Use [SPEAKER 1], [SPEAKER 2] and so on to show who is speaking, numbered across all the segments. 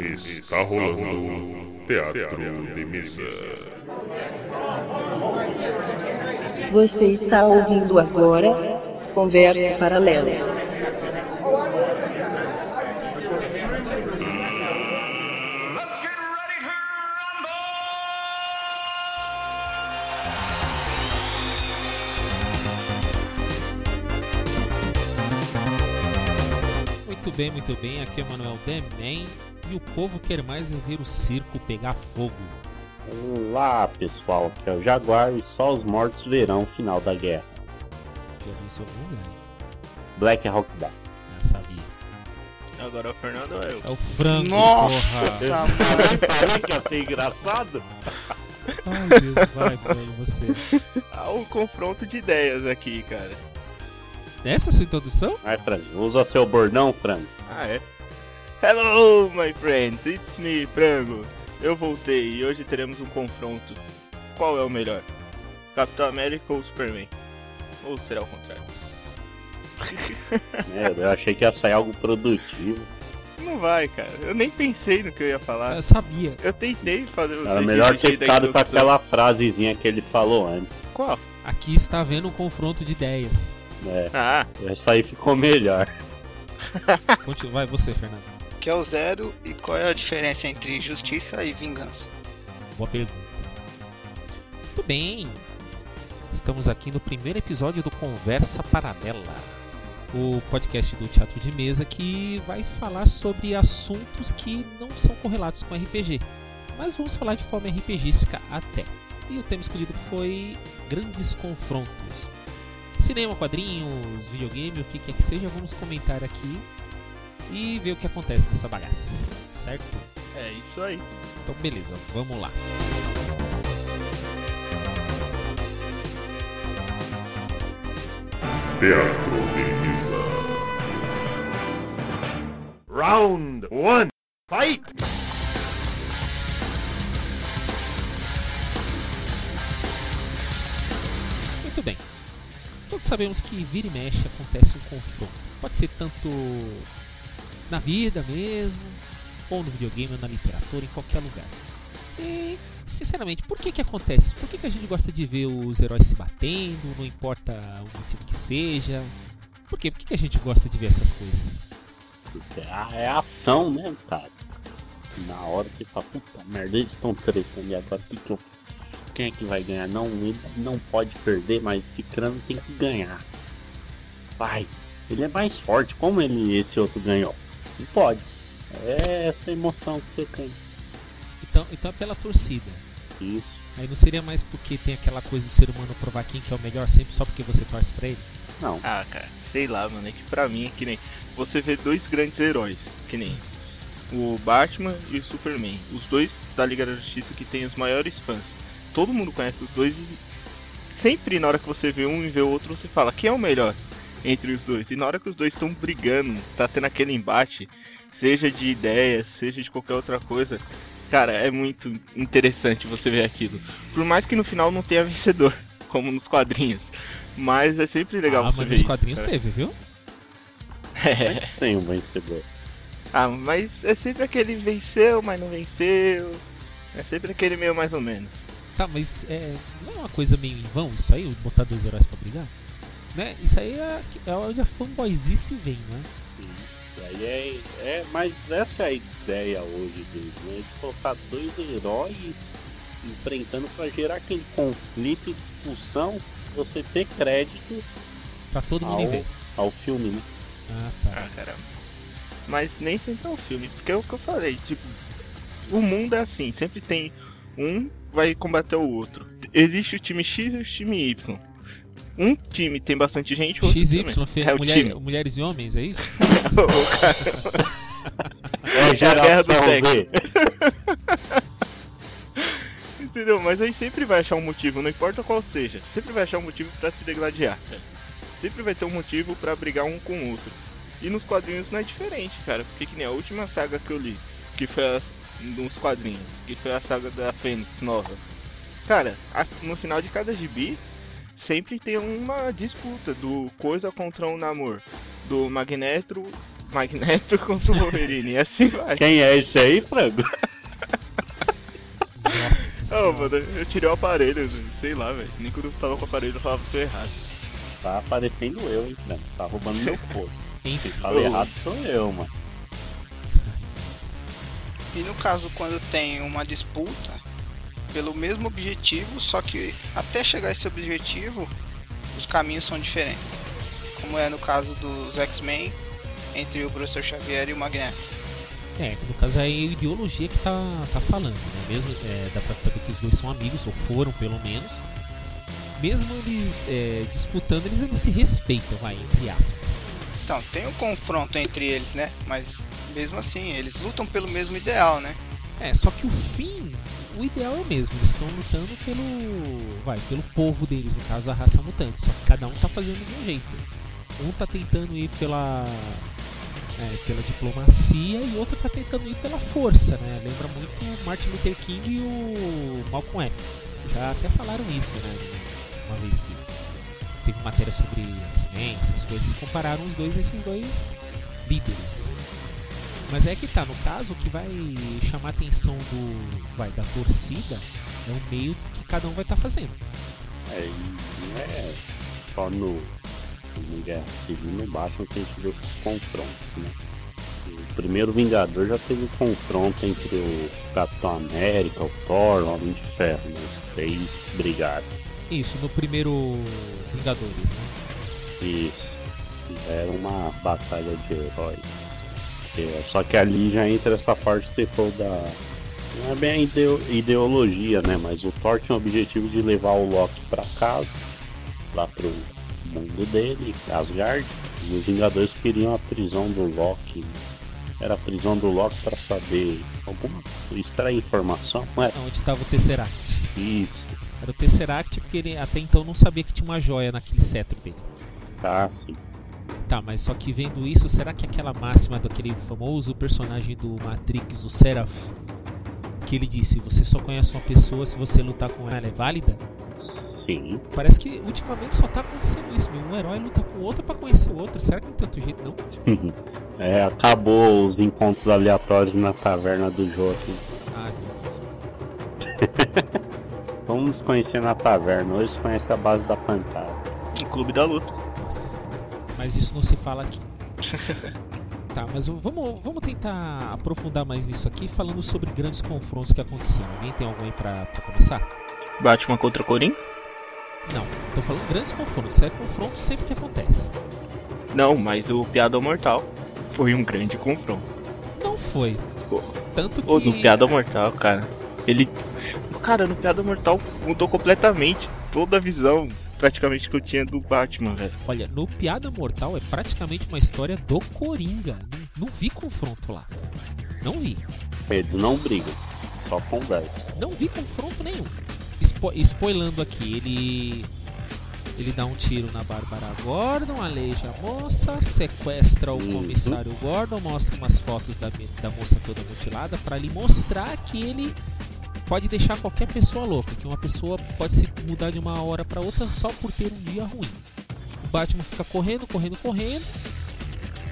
[SPEAKER 1] Está rolando teatro de mesa.
[SPEAKER 2] Você está ouvindo agora Conversa Paralela.
[SPEAKER 3] Muito bem, muito bem. Aqui é o Manuel Demen e o povo quer mais é ver o circo pegar fogo.
[SPEAKER 4] Olá pessoal, aqui é o Jaguar e só os mortos verão o final da guerra.
[SPEAKER 3] Já vi isso em algum lugar. hein?
[SPEAKER 4] Black Hawk Down.
[SPEAKER 3] Ah, sabia.
[SPEAKER 5] Agora o Fernando é eu.
[SPEAKER 3] É o Franco,
[SPEAKER 6] Nossa,
[SPEAKER 3] porra.
[SPEAKER 6] mano.
[SPEAKER 4] Sabe que eu sei engraçado?
[SPEAKER 3] Ai, Deus, vai, Fernando, você.
[SPEAKER 5] Há um confronto de ideias aqui, cara.
[SPEAKER 3] Essa é a sua introdução?
[SPEAKER 4] Vai, Fran, usa seu bordão, Fran.
[SPEAKER 5] Ah, é? Hello, my friends, it's me, Frango. Eu voltei e hoje teremos um confronto. Qual é o melhor? Capitão América ou Superman? Ou será o contrário?
[SPEAKER 4] Meu, É, eu achei que ia sair algo produtivo.
[SPEAKER 5] Não vai, cara. Eu nem pensei no que eu ia falar.
[SPEAKER 3] Eu sabia.
[SPEAKER 5] Eu tentei fazer você
[SPEAKER 4] Era melhor ter
[SPEAKER 5] dirigir da
[SPEAKER 4] ficado com
[SPEAKER 5] introdução.
[SPEAKER 4] aquela frasezinha que ele falou antes.
[SPEAKER 5] Qual?
[SPEAKER 3] Aqui está havendo um confronto de ideias.
[SPEAKER 4] É,
[SPEAKER 5] Ah,
[SPEAKER 4] essa aí ficou melhor.
[SPEAKER 3] Continua, vai você, Fernando.
[SPEAKER 6] Que é o zero e qual é a diferença entre justiça e vingança?
[SPEAKER 3] Boa pergunta. Muito bem. Estamos aqui no primeiro episódio do Conversa Paralela, o podcast do Teatro de Mesa que vai falar sobre assuntos que não são correlatos com RPG, mas vamos falar de forma RPGística até. E o tema escolhido foi grandes confrontos. Cinema, quadrinhos, videogame, o que quer que seja, vamos comentar aqui e ver o que acontece nessa bagaça, certo?
[SPEAKER 5] é isso aí.
[SPEAKER 3] Então, beleza, vamos lá.
[SPEAKER 1] Teatro de mesa.
[SPEAKER 7] Round one, fight!
[SPEAKER 3] Muito bem. Todos sabemos que vira e mexe acontece um confronto. Pode ser tanto na vida mesmo, ou no videogame, ou na literatura, em qualquer lugar. E, sinceramente, por que que acontece? Por que que a gente gosta de ver os heróis se batendo, não importa o motivo que seja? Por quê? Por que que a gente gosta de ver essas coisas?
[SPEAKER 4] Ah, é ação, né, cara? Na hora você fala, puta merda, eles estão tretando e agora o que que eu- quem é que vai ganhar? Não, ele não pode perder, mas esse crânio tem que ganhar. Vai, ele é mais forte, como ele esse outro ganhou? Não pode. É essa emoção que você tem.
[SPEAKER 3] Então, então é pela torcida.
[SPEAKER 4] Isso.
[SPEAKER 3] Aí não seria mais porque tem aquela coisa do ser humano provar quem que é o melhor sempre só porque você torce pra ele?
[SPEAKER 4] Não,
[SPEAKER 5] Ah, cara, sei lá, mano. É que pra mim é que nem. Você vê dois grandes heróis, que nem o Batman e o Superman. Os dois da Liga da Justiça que tem os maiores fãs. Todo mundo conhece os dois e sempre na hora que você vê um e vê o outro, você fala quem é o melhor entre os dois. E na hora que os dois estão brigando, tá tendo aquele embate, seja de ideias, seja de qualquer outra coisa. Cara, é muito interessante você ver aquilo. Por mais que no final não tenha vencedor, como nos quadrinhos. Mas é sempre legal
[SPEAKER 3] ah,
[SPEAKER 5] você
[SPEAKER 3] mas
[SPEAKER 5] ver
[SPEAKER 3] nos
[SPEAKER 5] isso,
[SPEAKER 3] quadrinhos
[SPEAKER 5] cara.
[SPEAKER 3] teve, viu?
[SPEAKER 5] É.
[SPEAKER 4] tem um vencedor.
[SPEAKER 5] Ah, mas é sempre aquele venceu, mas não venceu. É sempre aquele meio mais ou menos.
[SPEAKER 3] Tá, mas é, não é uma coisa meio em vão isso aí, botar dois heróis pra brigar? Né? Isso aí é, é onde a fanboyzice vem, né?
[SPEAKER 4] Isso aí é, é, mas essa é a ideia hoje deles, né? Eles colocar dois heróis enfrentando pra gerar aquele conflito e discussão, você ter crédito
[SPEAKER 3] Pra todo mundo
[SPEAKER 4] ao,
[SPEAKER 3] ver.
[SPEAKER 4] ao filme, né?
[SPEAKER 3] Ah, tá.
[SPEAKER 5] Ah, caramba. Mas nem sempre é um filme, porque é o que eu falei, tipo, o mundo é assim, sempre tem um vai combater o outro. Existe o time X e o time Y. Um time tem bastante gente, o outro
[SPEAKER 3] XY,
[SPEAKER 5] também.
[SPEAKER 3] fe-
[SPEAKER 5] é o
[SPEAKER 3] mulher-
[SPEAKER 5] time.
[SPEAKER 3] mulheres e homens, é isso?
[SPEAKER 5] O cara-
[SPEAKER 4] É a
[SPEAKER 5] guerra do
[SPEAKER 4] geração
[SPEAKER 5] sexo.
[SPEAKER 4] Z.
[SPEAKER 5] Entendeu? Mas aí sempre vai achar um motivo, não importa qual seja. Sempre vai achar um motivo pra se degladiar. cara. Sempre vai ter um motivo pra brigar um com o outro. E nos quadrinhos não é diferente, cara. Porque que nem a última saga que eu li, que foi a, nos quadrinhos, que foi a saga da Fênix nova. Cara, a- no final de cada gibi, sempre tem uma disputa do Coisa contra o Namor, do Magneto Magneto contra o Wolverine. E assim vai.
[SPEAKER 4] Quem é esse aí, frango?
[SPEAKER 3] Nossa
[SPEAKER 5] Ô,
[SPEAKER 3] senhora.
[SPEAKER 5] mano, eu tirei o aparelho, velho. sei lá, velho. Nem quando eu tava com o aparelho eu falava que tô errado.
[SPEAKER 4] Tá aparecendo eu, hein, frango? Tá roubando meu posto. Se
[SPEAKER 3] Enfim.
[SPEAKER 4] fala errado, sou eu, mano.
[SPEAKER 6] E no caso, quando tem uma disputa pelo mesmo objetivo, só que até chegar a esse objetivo, os caminhos são diferentes. Como é no caso dos X-Men, entre o Professor Xavier e o Magneto.
[SPEAKER 3] É, que no caso é a ideologia que tá, tá falando, né? Mesmo, é, dá pra saber que os dois são amigos, ou foram pelo menos. Mesmo eles é, disputando, eles ainda se respeitam, vai, entre aspas.
[SPEAKER 6] Então, tem um confronto entre eles, né? Mas mesmo assim, eles lutam pelo mesmo ideal, né?
[SPEAKER 3] É, só que o fim, o ideal é o mesmo. Eles estão lutando pelo. Vai, pelo povo deles, no caso a raça mutante. Só que cada um tá fazendo de um jeito. Um tá tentando ir pela. é, pela diplomacia e outro tá tentando ir pela força, né? Lembra muito o Martin Luther King e o Malcolm X. Já até falaram isso, né? Uma vez que teve matéria sobre X-Men, essas coisas, compararam os dois, esses dois líderes. Mas é que tá, no caso, o que vai chamar a atenção do, vai, da torcida é o meio que cada um vai estar fazendo.
[SPEAKER 4] É, e é só no, no Guerra Civil no Batman que a gente vê esses confrontos, né? O primeiro Vingador já teve um confronto entre o Capitão América, o Thor, o Homem de Ferro, né? Os três brigaram.
[SPEAKER 3] Isso, no primeiro Vingadores, né?
[SPEAKER 4] Isso. Era é uma batalha de heróis. É, só que ali já entra essa parte que você falou da. Não é bem a ideo- ideologia, né? Mas o Thor tinha o objetivo de levar o Loki pra casa, lá pro mundo dele, Asgard. E os Vingadores queriam a prisão do Loki. né? Era a prisão do Loki pra saber alguma extrair informação, não é era?
[SPEAKER 3] Ah, Onde estava o Tesseract.
[SPEAKER 4] Isso.
[SPEAKER 3] Era o Tesseract porque ele até então não sabia que tinha uma joia naquele cetro dele.
[SPEAKER 4] Tá, sim.
[SPEAKER 3] Tá, mas só que vendo isso, será que aquela máxima daquele famoso personagem do Matrix, o Seraph, que ele disse, você só conhece uma pessoa se você lutar com ela, é válida?
[SPEAKER 4] Sim.
[SPEAKER 3] Parece que ultimamente só tá acontecendo isso, meu. Um herói luta com o outro pra conhecer o outro. Será que não tem outro jeito, não?
[SPEAKER 4] É, acabou os encontros aleatórios na taverna do Joaquim.
[SPEAKER 3] Ah, meu Deus.
[SPEAKER 4] Vamos nos conhecer na taverna, hoje se conhece a base da pancada.
[SPEAKER 5] O clube da luta.
[SPEAKER 3] Nossa. Mas isso não se fala aqui. tá, mas eu- vamos, vamos tentar aprofundar mais nisso aqui, falando sobre grandes confrontos que aconteceram. Alguém tem algum aí pra, pra começar?
[SPEAKER 5] Batman contra Corim?
[SPEAKER 3] Não, tô falando grandes confrontos. Isso é confronto sempre que acontece.
[SPEAKER 5] Não, mas o Piada ao Mortal foi um grande confronto.
[SPEAKER 3] Não foi.
[SPEAKER 5] Ô,
[SPEAKER 3] Tanto que.
[SPEAKER 5] Ô, no Piada ao Mortal, cara. Ele. Cara, no Piada ao Mortal mudou completamente toda a visão praticamente que eu tinha do Batman, velho.
[SPEAKER 3] Olha, no Piada Mortal é praticamente uma história do Coringa. Não, não vi confronto lá. Não vi.
[SPEAKER 4] Pedro, não briga, só conversa.
[SPEAKER 3] não vi confronto nenhum. Spo spoilando aqui, ele ele dá um tiro na Bárbara Gordon, aleija a moça, sequestra o
[SPEAKER 4] Uhum.
[SPEAKER 3] comissário Gordon, mostra umas fotos da, me- da moça toda mutilada pra lhe mostrar que ele pode deixar qualquer pessoa louca, que uma pessoa pode se mudar de uma hora pra outra só por ter um dia ruim. O Batman fica correndo, correndo, correndo.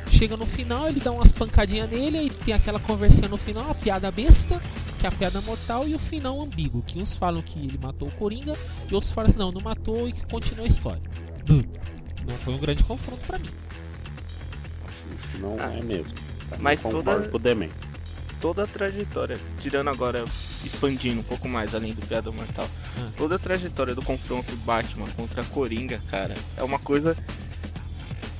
[SPEAKER 3] Chega no final, ele dá umas pancadinhas nele e tem aquela conversinha no final, uma piada besta, que é a piada mortal, e o final ambíguo, que uns falam que ele matou o Coringa e outros falam assim, não, não matou e que continua a história. Bum. Não foi um grande confronto pra mim.
[SPEAKER 4] Isso não
[SPEAKER 5] Ah.
[SPEAKER 4] é mesmo. Tá?
[SPEAKER 5] Mas
[SPEAKER 4] não
[SPEAKER 5] toda-
[SPEAKER 4] concordo com o Demen.
[SPEAKER 5] toda a trajetória, tirando agora, expandindo um pouco mais além do Piada Mortal,
[SPEAKER 3] Ah.
[SPEAKER 5] toda a trajetória do confronto Batman contra Coringa, cara, é uma coisa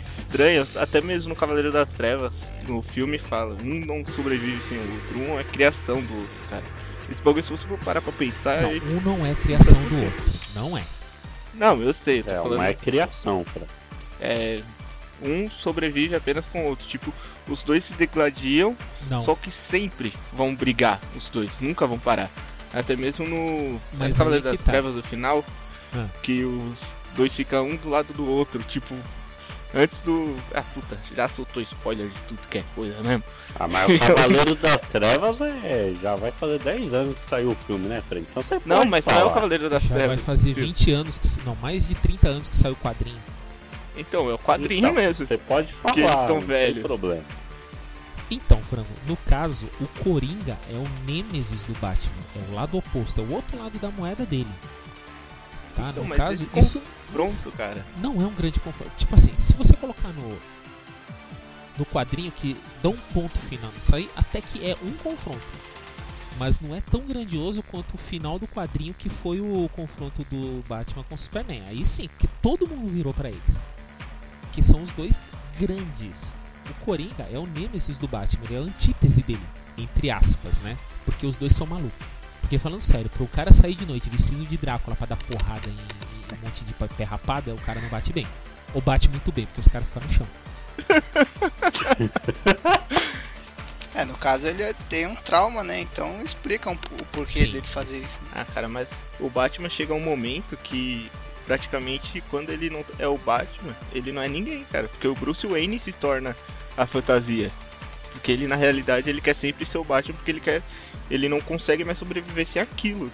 [SPEAKER 5] estranha. Até mesmo no Cavaleiro das Trevas, no filme fala, um não sobrevive sem o outro, um é criação do outro, cara. Esse bagulho, se você for parar pra pensar,
[SPEAKER 3] Não,
[SPEAKER 5] é-
[SPEAKER 3] um não é criação do outro. Não é.
[SPEAKER 5] não, eu sei, eu tô
[SPEAKER 4] É,
[SPEAKER 5] falando
[SPEAKER 4] uma é criação, cara.
[SPEAKER 5] é, um sobrevive apenas com o outro. Tipo, os dois se degladiam
[SPEAKER 3] Não.
[SPEAKER 5] Só que sempre vão brigar os dois, nunca vão parar. Até mesmo no
[SPEAKER 3] Mas
[SPEAKER 5] na Cavaleiro
[SPEAKER 3] aí que
[SPEAKER 5] das
[SPEAKER 3] tá.
[SPEAKER 5] Trevas do final,
[SPEAKER 3] Ah.
[SPEAKER 5] que os dois ficam um do lado do outro, tipo, antes do. Ah puta, já soltou spoiler de tudo que é coisa mesmo.
[SPEAKER 4] Ah, mas o Cavaleiro das Trevas é, já vai fazer 10 anos que saiu o filme, né, Fred? Então você
[SPEAKER 5] Não,
[SPEAKER 4] pode
[SPEAKER 5] mas não é o
[SPEAKER 4] falar.
[SPEAKER 5] Cavaleiro das
[SPEAKER 3] Já vai
[SPEAKER 5] Trevas.
[SPEAKER 3] fazer
[SPEAKER 5] viu?
[SPEAKER 3] 20 anos, que, se- não, mais de 30 anos que saiu o quadrinho.
[SPEAKER 5] Então, é o quadrinho
[SPEAKER 4] Então,
[SPEAKER 5] mesmo.
[SPEAKER 4] Você pode falar,
[SPEAKER 5] eles tão
[SPEAKER 4] não tem
[SPEAKER 5] velhos.
[SPEAKER 4] problema.
[SPEAKER 3] Então, frango. No caso, o Coringa é o nêmesis do Batman, é o lado oposto, é o outro lado da moeda dele. Tá?
[SPEAKER 5] Então,
[SPEAKER 3] no
[SPEAKER 5] mas
[SPEAKER 3] caso,
[SPEAKER 5] ele
[SPEAKER 3] isso
[SPEAKER 5] Pronto, cara.
[SPEAKER 3] não é um grande confronto. Tipo assim, se você colocar no no quadrinho que dá um ponto final nisso aí, até que é um confronto. Mas não é tão grandioso quanto o final do quadrinho que foi o confronto do Batman com o Superman. Aí sim, porque todo mundo virou pra eles. Que são os dois grandes. O Coringa é o nêmesis do Batman, ele é a antítese dele, entre aspas, né? Porque os dois são malucos. Porque falando sério, pro cara sair de noite vestido de Drácula pra dar porrada em, em um monte de pa- perrapada, o cara não bate bem. Ou bate muito bem, porque os caras ficam no chão.
[SPEAKER 6] É, no caso ele tem um trauma, né? Então explica um po- o porquê
[SPEAKER 3] Sim.
[SPEAKER 6] dele fazer isso.
[SPEAKER 5] Ah, cara, mas o Batman chega um momento que praticamente quando ele não é o Batman, ele não é ninguém, cara. Porque o Bruce Wayne se torna a fantasia. Porque ele na realidade ele quer sempre ser o Batman porque ele quer. Ele não consegue mais sobreviver sem aquilo.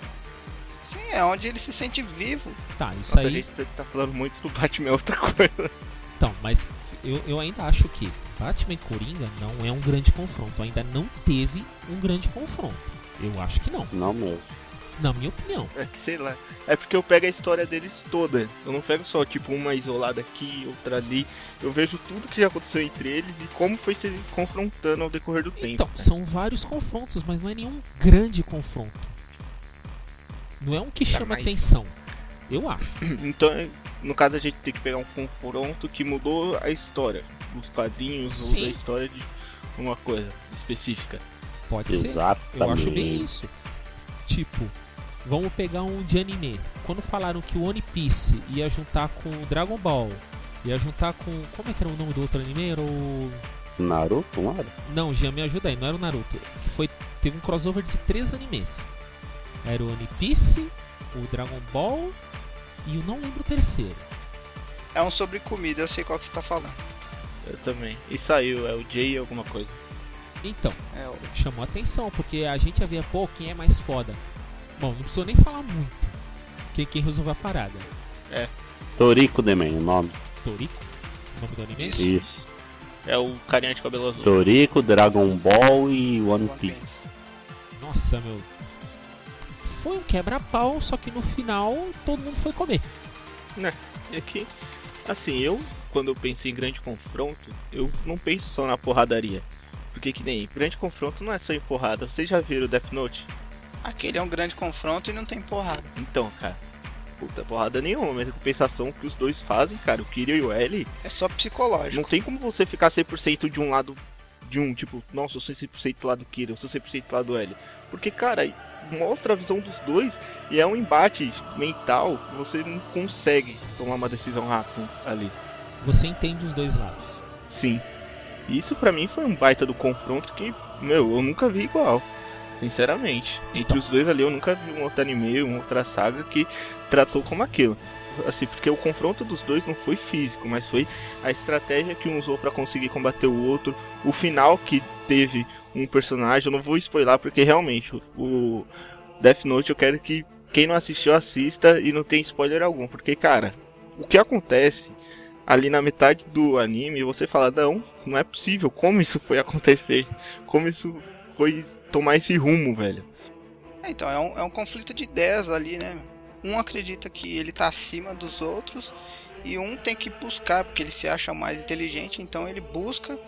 [SPEAKER 6] Sim, é onde ele se sente vivo.
[SPEAKER 3] Tá, isso
[SPEAKER 5] Nossa, a
[SPEAKER 3] aí.
[SPEAKER 5] gente tá- tá falando muito do Batman é outra coisa.
[SPEAKER 3] Então, mas eu, eu ainda acho que Batman e Coringa não é um grande confronto. Ainda não teve um grande confronto. Eu acho que não,
[SPEAKER 4] Não mesmo.
[SPEAKER 3] na minha opinião.
[SPEAKER 5] É que sei lá. É porque eu pego a história deles toda. Eu não pego só, tipo, uma isolada aqui, outra ali. Eu vejo tudo que já aconteceu entre eles e como foi se confrontando ao decorrer do tempo.
[SPEAKER 3] Então,
[SPEAKER 5] cara.
[SPEAKER 3] são vários confrontos, mas não é nenhum grande confronto. Não é um que chama
[SPEAKER 5] mas-
[SPEAKER 3] atenção. Eu acho.
[SPEAKER 5] Então, no caso, a gente tem que pegar um confronto que mudou a história. Os quadrinhos mudam
[SPEAKER 3] Sim.
[SPEAKER 5] a história de uma coisa específica.
[SPEAKER 3] Pode ser.
[SPEAKER 4] Exatamente.
[SPEAKER 3] Eu acho bem isso. Tipo, vamos pegar um de anime. Quando falaram que o One Piece ia juntar com o Dragon Ball, ia juntar com. Como é que era o nome do outro anime? Era o.
[SPEAKER 4] Naruto, um mano.
[SPEAKER 3] Não, Jean, me ajuda aí, não era o Naruto. Que foi. Teve um crossover de três animes. Era o One Piece, o Dragon Ball e eu não lembro o terceiro.
[SPEAKER 6] É um sobre comida, eu sei qual que você tá falando.
[SPEAKER 5] Eu também. E saiu, é o Jay alguma coisa.
[SPEAKER 3] Então,
[SPEAKER 6] É o-
[SPEAKER 3] chamou atenção, porque a gente já via, pô, quem é mais foda. Bom, não precisou nem falar muito. Quem, quem resolveu a parada?
[SPEAKER 5] É,
[SPEAKER 4] Torico Demen, o nome.
[SPEAKER 3] Toriko? O nome do anime?
[SPEAKER 4] Isso.
[SPEAKER 5] É o carinha de cabelo azul.
[SPEAKER 4] Torico, Dragon Ball e One
[SPEAKER 6] One
[SPEAKER 4] Piece.
[SPEAKER 6] Piece.
[SPEAKER 3] Nossa, meu. Foi um quebra-pau, só que no final todo mundo foi comer.
[SPEAKER 5] É que, assim, eu, quando eu penso em grande confronto, eu não penso só na porradaria. Porque que nem, grande confronto não é só em porrada. Vocês já viram o Death Note?
[SPEAKER 6] Aquele é um grande confronto e não tem porrada.
[SPEAKER 5] Então, cara, puta porrada nenhuma, mas a compensação que os dois fazem, cara, o Kirill e o L,
[SPEAKER 6] É só psicológico.
[SPEAKER 5] Não tem como você ficar 100% de um lado de um, tipo, nossa, eu sou 100% do lado do Kira, eu sou 100% do lado do L. Porque, cara, mostra a visão dos dois e é um embate mental que você não consegue tomar uma decisão rápida ali.
[SPEAKER 3] Você entende os dois lados.
[SPEAKER 5] Sim. Isso pra mim foi um baita do confronto que, meu, eu nunca vi igual. Sinceramente. Entre os dois ali eu nunca vi um outro anime, uma outra saga que tratou como aquilo. Assim, porque o confronto dos dois não foi físico, mas foi a estratégia que um usou pra conseguir combater o outro, o final que teve um personagem, eu não vou spoiler porque realmente o- o Death Note eu quero que quem não assistiu assista e não tem spoiler algum, porque cara, o que acontece ali na metade do anime, você fala, não, não é possível, como isso foi acontecer? Como isso foi tomar esse rumo, velho?
[SPEAKER 6] É, então, é um, é um conflito de ideias ali, né? Um acredita que ele tá acima dos outros e um tem que buscar, porque ele se acha mais inteligente, então ele busca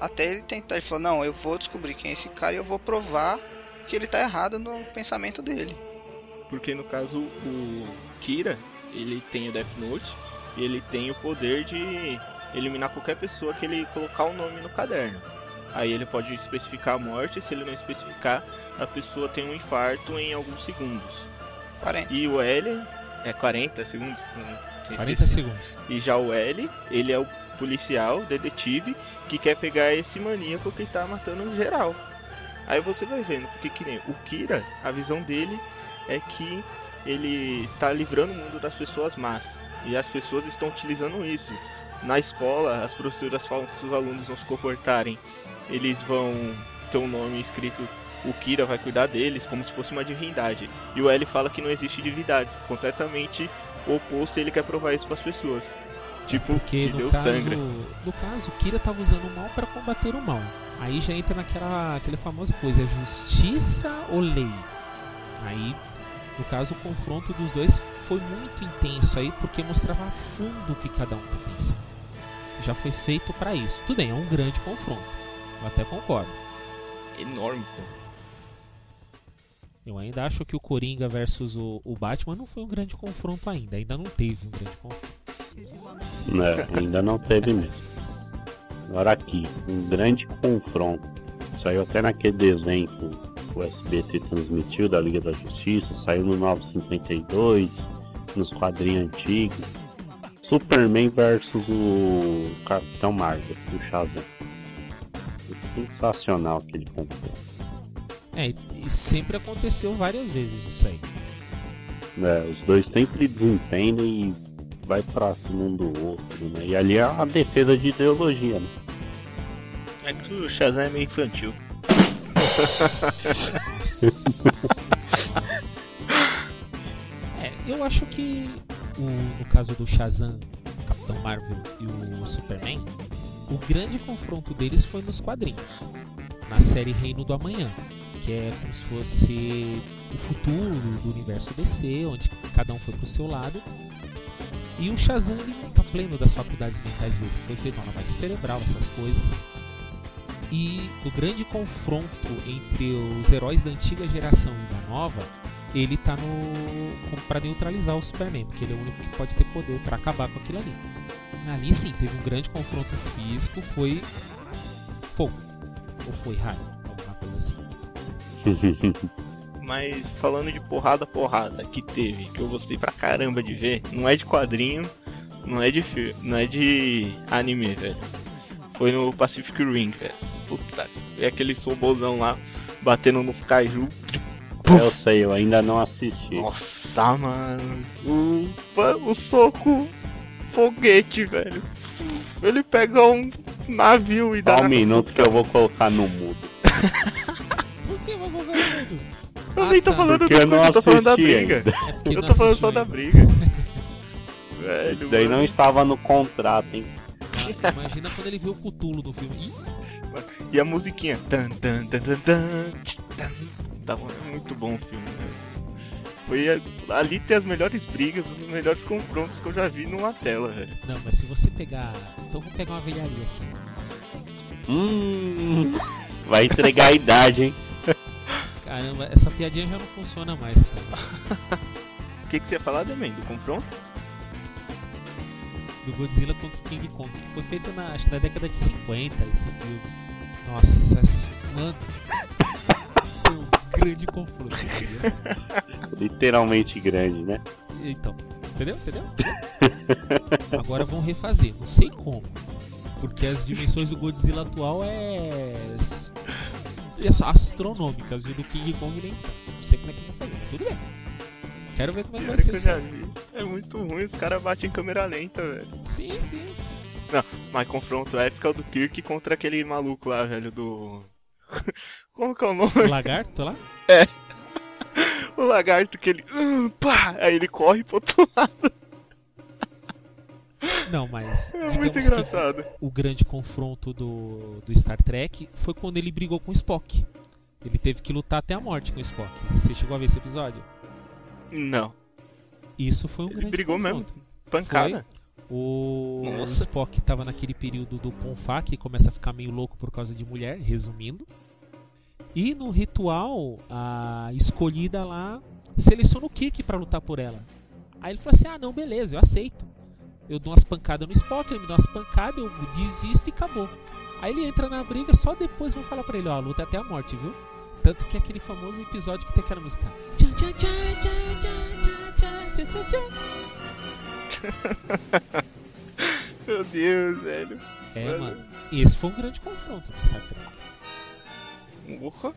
[SPEAKER 6] até ele tentar. Ele fala, não, eu vou descobrir quem é esse cara e eu vou provar que ele tá errado no pensamento dele.
[SPEAKER 5] Porque no caso, o Kira, ele tem o Death Note e ele tem o poder de eliminar qualquer pessoa que ele colocar o nome no caderno. Aí ele pode especificar a morte, se ele não especificar, a pessoa tem um infarto em alguns segundos.
[SPEAKER 6] 40.
[SPEAKER 5] E o L é 40 segundos? Não sei
[SPEAKER 3] 40
[SPEAKER 5] se-
[SPEAKER 3] segundos.
[SPEAKER 5] E já o L, ele é o policial, detetive, que quer pegar esse maníaco que tá matando geral. Aí você vai vendo, porque que nem o Kira, a visão dele é que ele tá livrando o mundo das pessoas más. E as pessoas estão utilizando isso. Na escola, as professoras falam que se os alunos não se comportarem, eles vão ter um nome escrito o Kira vai cuidar deles como se fosse uma divindade. E o L fala que não existe divindades, completamente o oposto e ele quer provar isso pras pessoas. Tipo,
[SPEAKER 3] Porque
[SPEAKER 5] que
[SPEAKER 3] no
[SPEAKER 5] deu
[SPEAKER 3] caso,
[SPEAKER 5] sangue.
[SPEAKER 3] no caso, Kira tava usando o mal pra combater o mal. Aí já entra naquela aquela famosa coisa, é justiça ou lei? Aí, no caso, o confronto dos dois foi muito intenso aí, porque mostrava a fundo o que cada um tá pensando. Já foi feito para isso. Tudo bem, é um grande confronto. Eu até concordo.
[SPEAKER 5] Enorme, pô.
[SPEAKER 3] Eu ainda acho que o Coringa versus o, o Batman não foi um grande confronto ainda. Ainda não teve um grande confronto.
[SPEAKER 4] É, ainda não teve mesmo. Agora aqui, um grande confronto. Saiu até naquele desenho que o SBT transmitiu da Liga da Justiça, saiu no 952, nos quadrinhos antigos. Superman versus o Capitão Marvel, o Shazam. Sensacional aquele confronto.
[SPEAKER 3] É, e sempre aconteceu várias vezes isso aí.
[SPEAKER 4] É, os dois sempre desentendem e vai pra cima um do outro, né? E ali é a defesa de ideologia, né?
[SPEAKER 5] É que o Shazam é meio infantil.
[SPEAKER 3] É, eu acho que o- no caso do Shazam, Capitão Marvel e o Superman, o grande confronto deles foi nos quadrinhos, na série Reino do Amanhã, que é como se fosse o futuro do universo DC, onde cada um foi pro seu lado. E o Shazam ele não tá pleno das faculdades mentais dele, foi feito uma lavagem cerebral, essas coisas. E o grande confronto entre os heróis da antiga geração e da nova ele tá no. como pra neutralizar o Superman, porque ele é o único que pode ter poder pra acabar com aquilo ali. Ali sim, teve um grande confronto físico, foi fogo. Ou foi raio, alguma coisa assim.
[SPEAKER 5] Mas falando de porrada porrada que teve, que eu gostei pra caramba de ver, não é de quadrinho, não é de filme, não é de anime, velho. Foi no Pacific Ring, velho. Puta, é aquele sombozão lá batendo nos caju.
[SPEAKER 4] eu sei, eu ainda não assisti. um
[SPEAKER 5] Nossa, mano. O, pa- o soco foguete, velho. Ele pega um navio e dá
[SPEAKER 4] Só um
[SPEAKER 5] na-
[SPEAKER 4] minuto que eu vou colocar no mudo.
[SPEAKER 3] Por que vou colocar tudo?
[SPEAKER 5] Eu nem tô falando do
[SPEAKER 4] Ah, tá. Porque eu não
[SPEAKER 5] coisa, eu tô falando da
[SPEAKER 4] assisti
[SPEAKER 5] briga.
[SPEAKER 4] ainda.
[SPEAKER 3] Ah, tá. É porque
[SPEAKER 5] Eu
[SPEAKER 3] não
[SPEAKER 5] tô falando
[SPEAKER 3] assistiu
[SPEAKER 5] só da
[SPEAKER 3] ainda.
[SPEAKER 5] briga. Velho,
[SPEAKER 4] Isso daí
[SPEAKER 5] mano.
[SPEAKER 4] não estava no contrato, hein?
[SPEAKER 3] Ah, Imagina quando ele viu o Cutulo do filme. Ih,
[SPEAKER 5] E a musiquinha. Tan, tan, tan, tan, tan, tch, tan. Tá bom, é muito bom o filme, velho. Foi a- ali tem as melhores brigas, os melhores confrontos que eu já vi numa tela, velho.
[SPEAKER 3] não, mas se você pegar. Então vou pegar uma velharia aqui.
[SPEAKER 4] Hum, vai entregar a idade, hein?
[SPEAKER 3] Caramba, essa piadinha já não funciona mais, cara.
[SPEAKER 5] O que, que você ia falar, Demen? Do confronto?
[SPEAKER 3] Do Godzilla contra o King Kong, que foi feito na, acho que na década de 50 esse filme. Nossa, esse- mano. Foi um grande confronto, entendeu?
[SPEAKER 4] Literalmente grande, né?
[SPEAKER 3] Então, entendeu? Entendeu? Entendeu? Agora vão refazer, não sei como. Porque as dimensões do Godzilla atual é. s- é astronômicas e o do King Kong nem tanto. Não sei como é que vão fazer, mas tudo bem. Quero ver como é que
[SPEAKER 5] Pior
[SPEAKER 3] vai
[SPEAKER 5] que
[SPEAKER 3] ser
[SPEAKER 5] eu
[SPEAKER 3] isso.
[SPEAKER 5] já
[SPEAKER 3] aí.
[SPEAKER 5] vi. É muito ruim, os caras batem em câmera lenta, velho.
[SPEAKER 3] Sim, sim.
[SPEAKER 5] Mas confronto épico é o do Kirk contra aquele maluco lá, velho, do. Como que é o nome?
[SPEAKER 3] O lagarto lá?
[SPEAKER 5] O lagarto que ele. "Ah, pá! Aí ele corre pro outro lado.
[SPEAKER 3] Não, mas.
[SPEAKER 5] É muito
[SPEAKER 3] digamos que
[SPEAKER 5] engraçado.
[SPEAKER 3] o grande confronto do, do Star Trek foi quando ele brigou com o Spock. Ele teve que lutar até a morte com o Spock. Você chegou a ver esse episódio?
[SPEAKER 5] Não.
[SPEAKER 3] Isso foi um grande
[SPEAKER 5] brigou mesmo.
[SPEAKER 3] confronto.
[SPEAKER 5] Pancada.
[SPEAKER 3] O
[SPEAKER 5] Nossa.
[SPEAKER 3] Spock tava naquele período do Ponfá, que começa a ficar meio louco por causa de mulher, resumindo. E no ritual, a escolhida lá seleciona o Kirk pra lutar por ela. Aí ele fala assim: ah, não, beleza, eu aceito. Eu dou umas pancadas no Spock, ele me dá umas pancadas, eu desisto e acabou. Aí ele entra na briga, só depois vão falar pra ele: ó, a luta é até a morte, viu? Tanto que é aquele famoso episódio que tem aquela música. Tchan, tchan, tchan, tchan, tchan, tchan, tchan, tchan, tchan.
[SPEAKER 5] Meu Deus, velho.
[SPEAKER 3] É, mano. E esse foi um grande confronto do Star Trek.
[SPEAKER 5] Porra.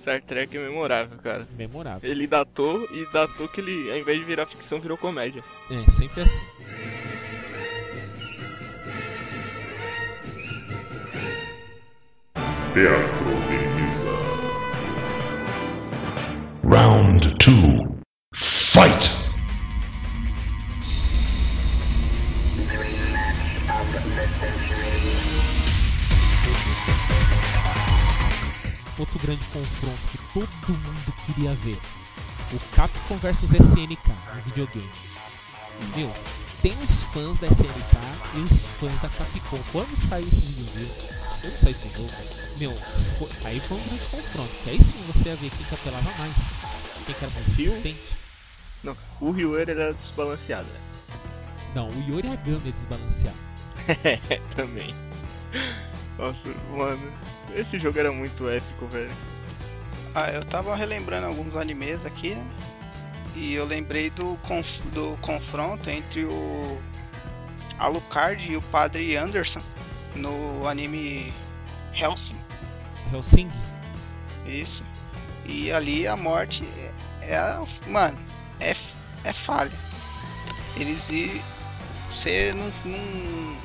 [SPEAKER 5] Star Trek é memorável, cara.
[SPEAKER 3] Memorável.
[SPEAKER 5] Ele datou e datou que ele, ao invés de virar ficção, virou comédia.
[SPEAKER 3] É, sempre assim.
[SPEAKER 1] Teatro de Mesa. Round 2. Fight!
[SPEAKER 3] Outro grande confronto que todo mundo queria ver. O Capcom vs SNK no videogame. Meu, tem os fãs da SNK e os fãs da Capcom. Quando saiu esse videogame, quando saiu esse jogo, meu, foi- aí foi um grande confronto. Que aí sim você ia ver quem que apelava mais. Quem que era mais resistente.
[SPEAKER 5] Não, o Ryu era desbalanceado. né?
[SPEAKER 3] Não, o Yori Agami é desbalanceado.
[SPEAKER 5] É, também. Nossa, mano. Esse jogo era muito épico, velho.
[SPEAKER 6] Ah, eu tava relembrando alguns animes aqui, né? E eu lembrei do, conf- do confronto entre o Alucard e o Padre Anderson no anime Hellsing.
[SPEAKER 3] Helsing,
[SPEAKER 6] Isso. E ali a morte é. é- mano, é, f- é falha. Eles e. Você não, não.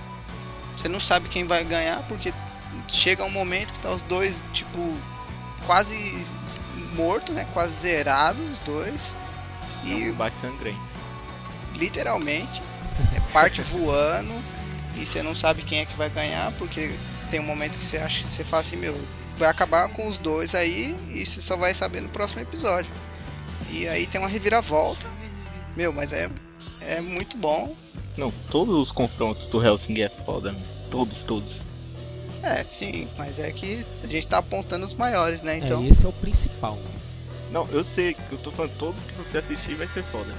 [SPEAKER 6] Você não sabe quem vai ganhar, porque chega um momento que tá os dois, tipo, quase s- morto, né? Quase zerados os dois.
[SPEAKER 5] É
[SPEAKER 6] E
[SPEAKER 5] um combate sangrento.
[SPEAKER 6] literalmente é parte voando e você não sabe quem é que vai ganhar porque tem um momento que você acha que você fala assim meu vai acabar com os dois aí e você só vai saber no próximo episódio e aí tem uma reviravolta meu mas é é muito bom
[SPEAKER 5] Não, todos os confrontos do Helsing é foda, mano. Todos, todos.
[SPEAKER 6] é sim mas é que a gente tá apontando os maiores né então
[SPEAKER 3] é, esse é o principal.
[SPEAKER 5] Não, eu sei, que eu tô falando, todos que você assistir vai ser foda.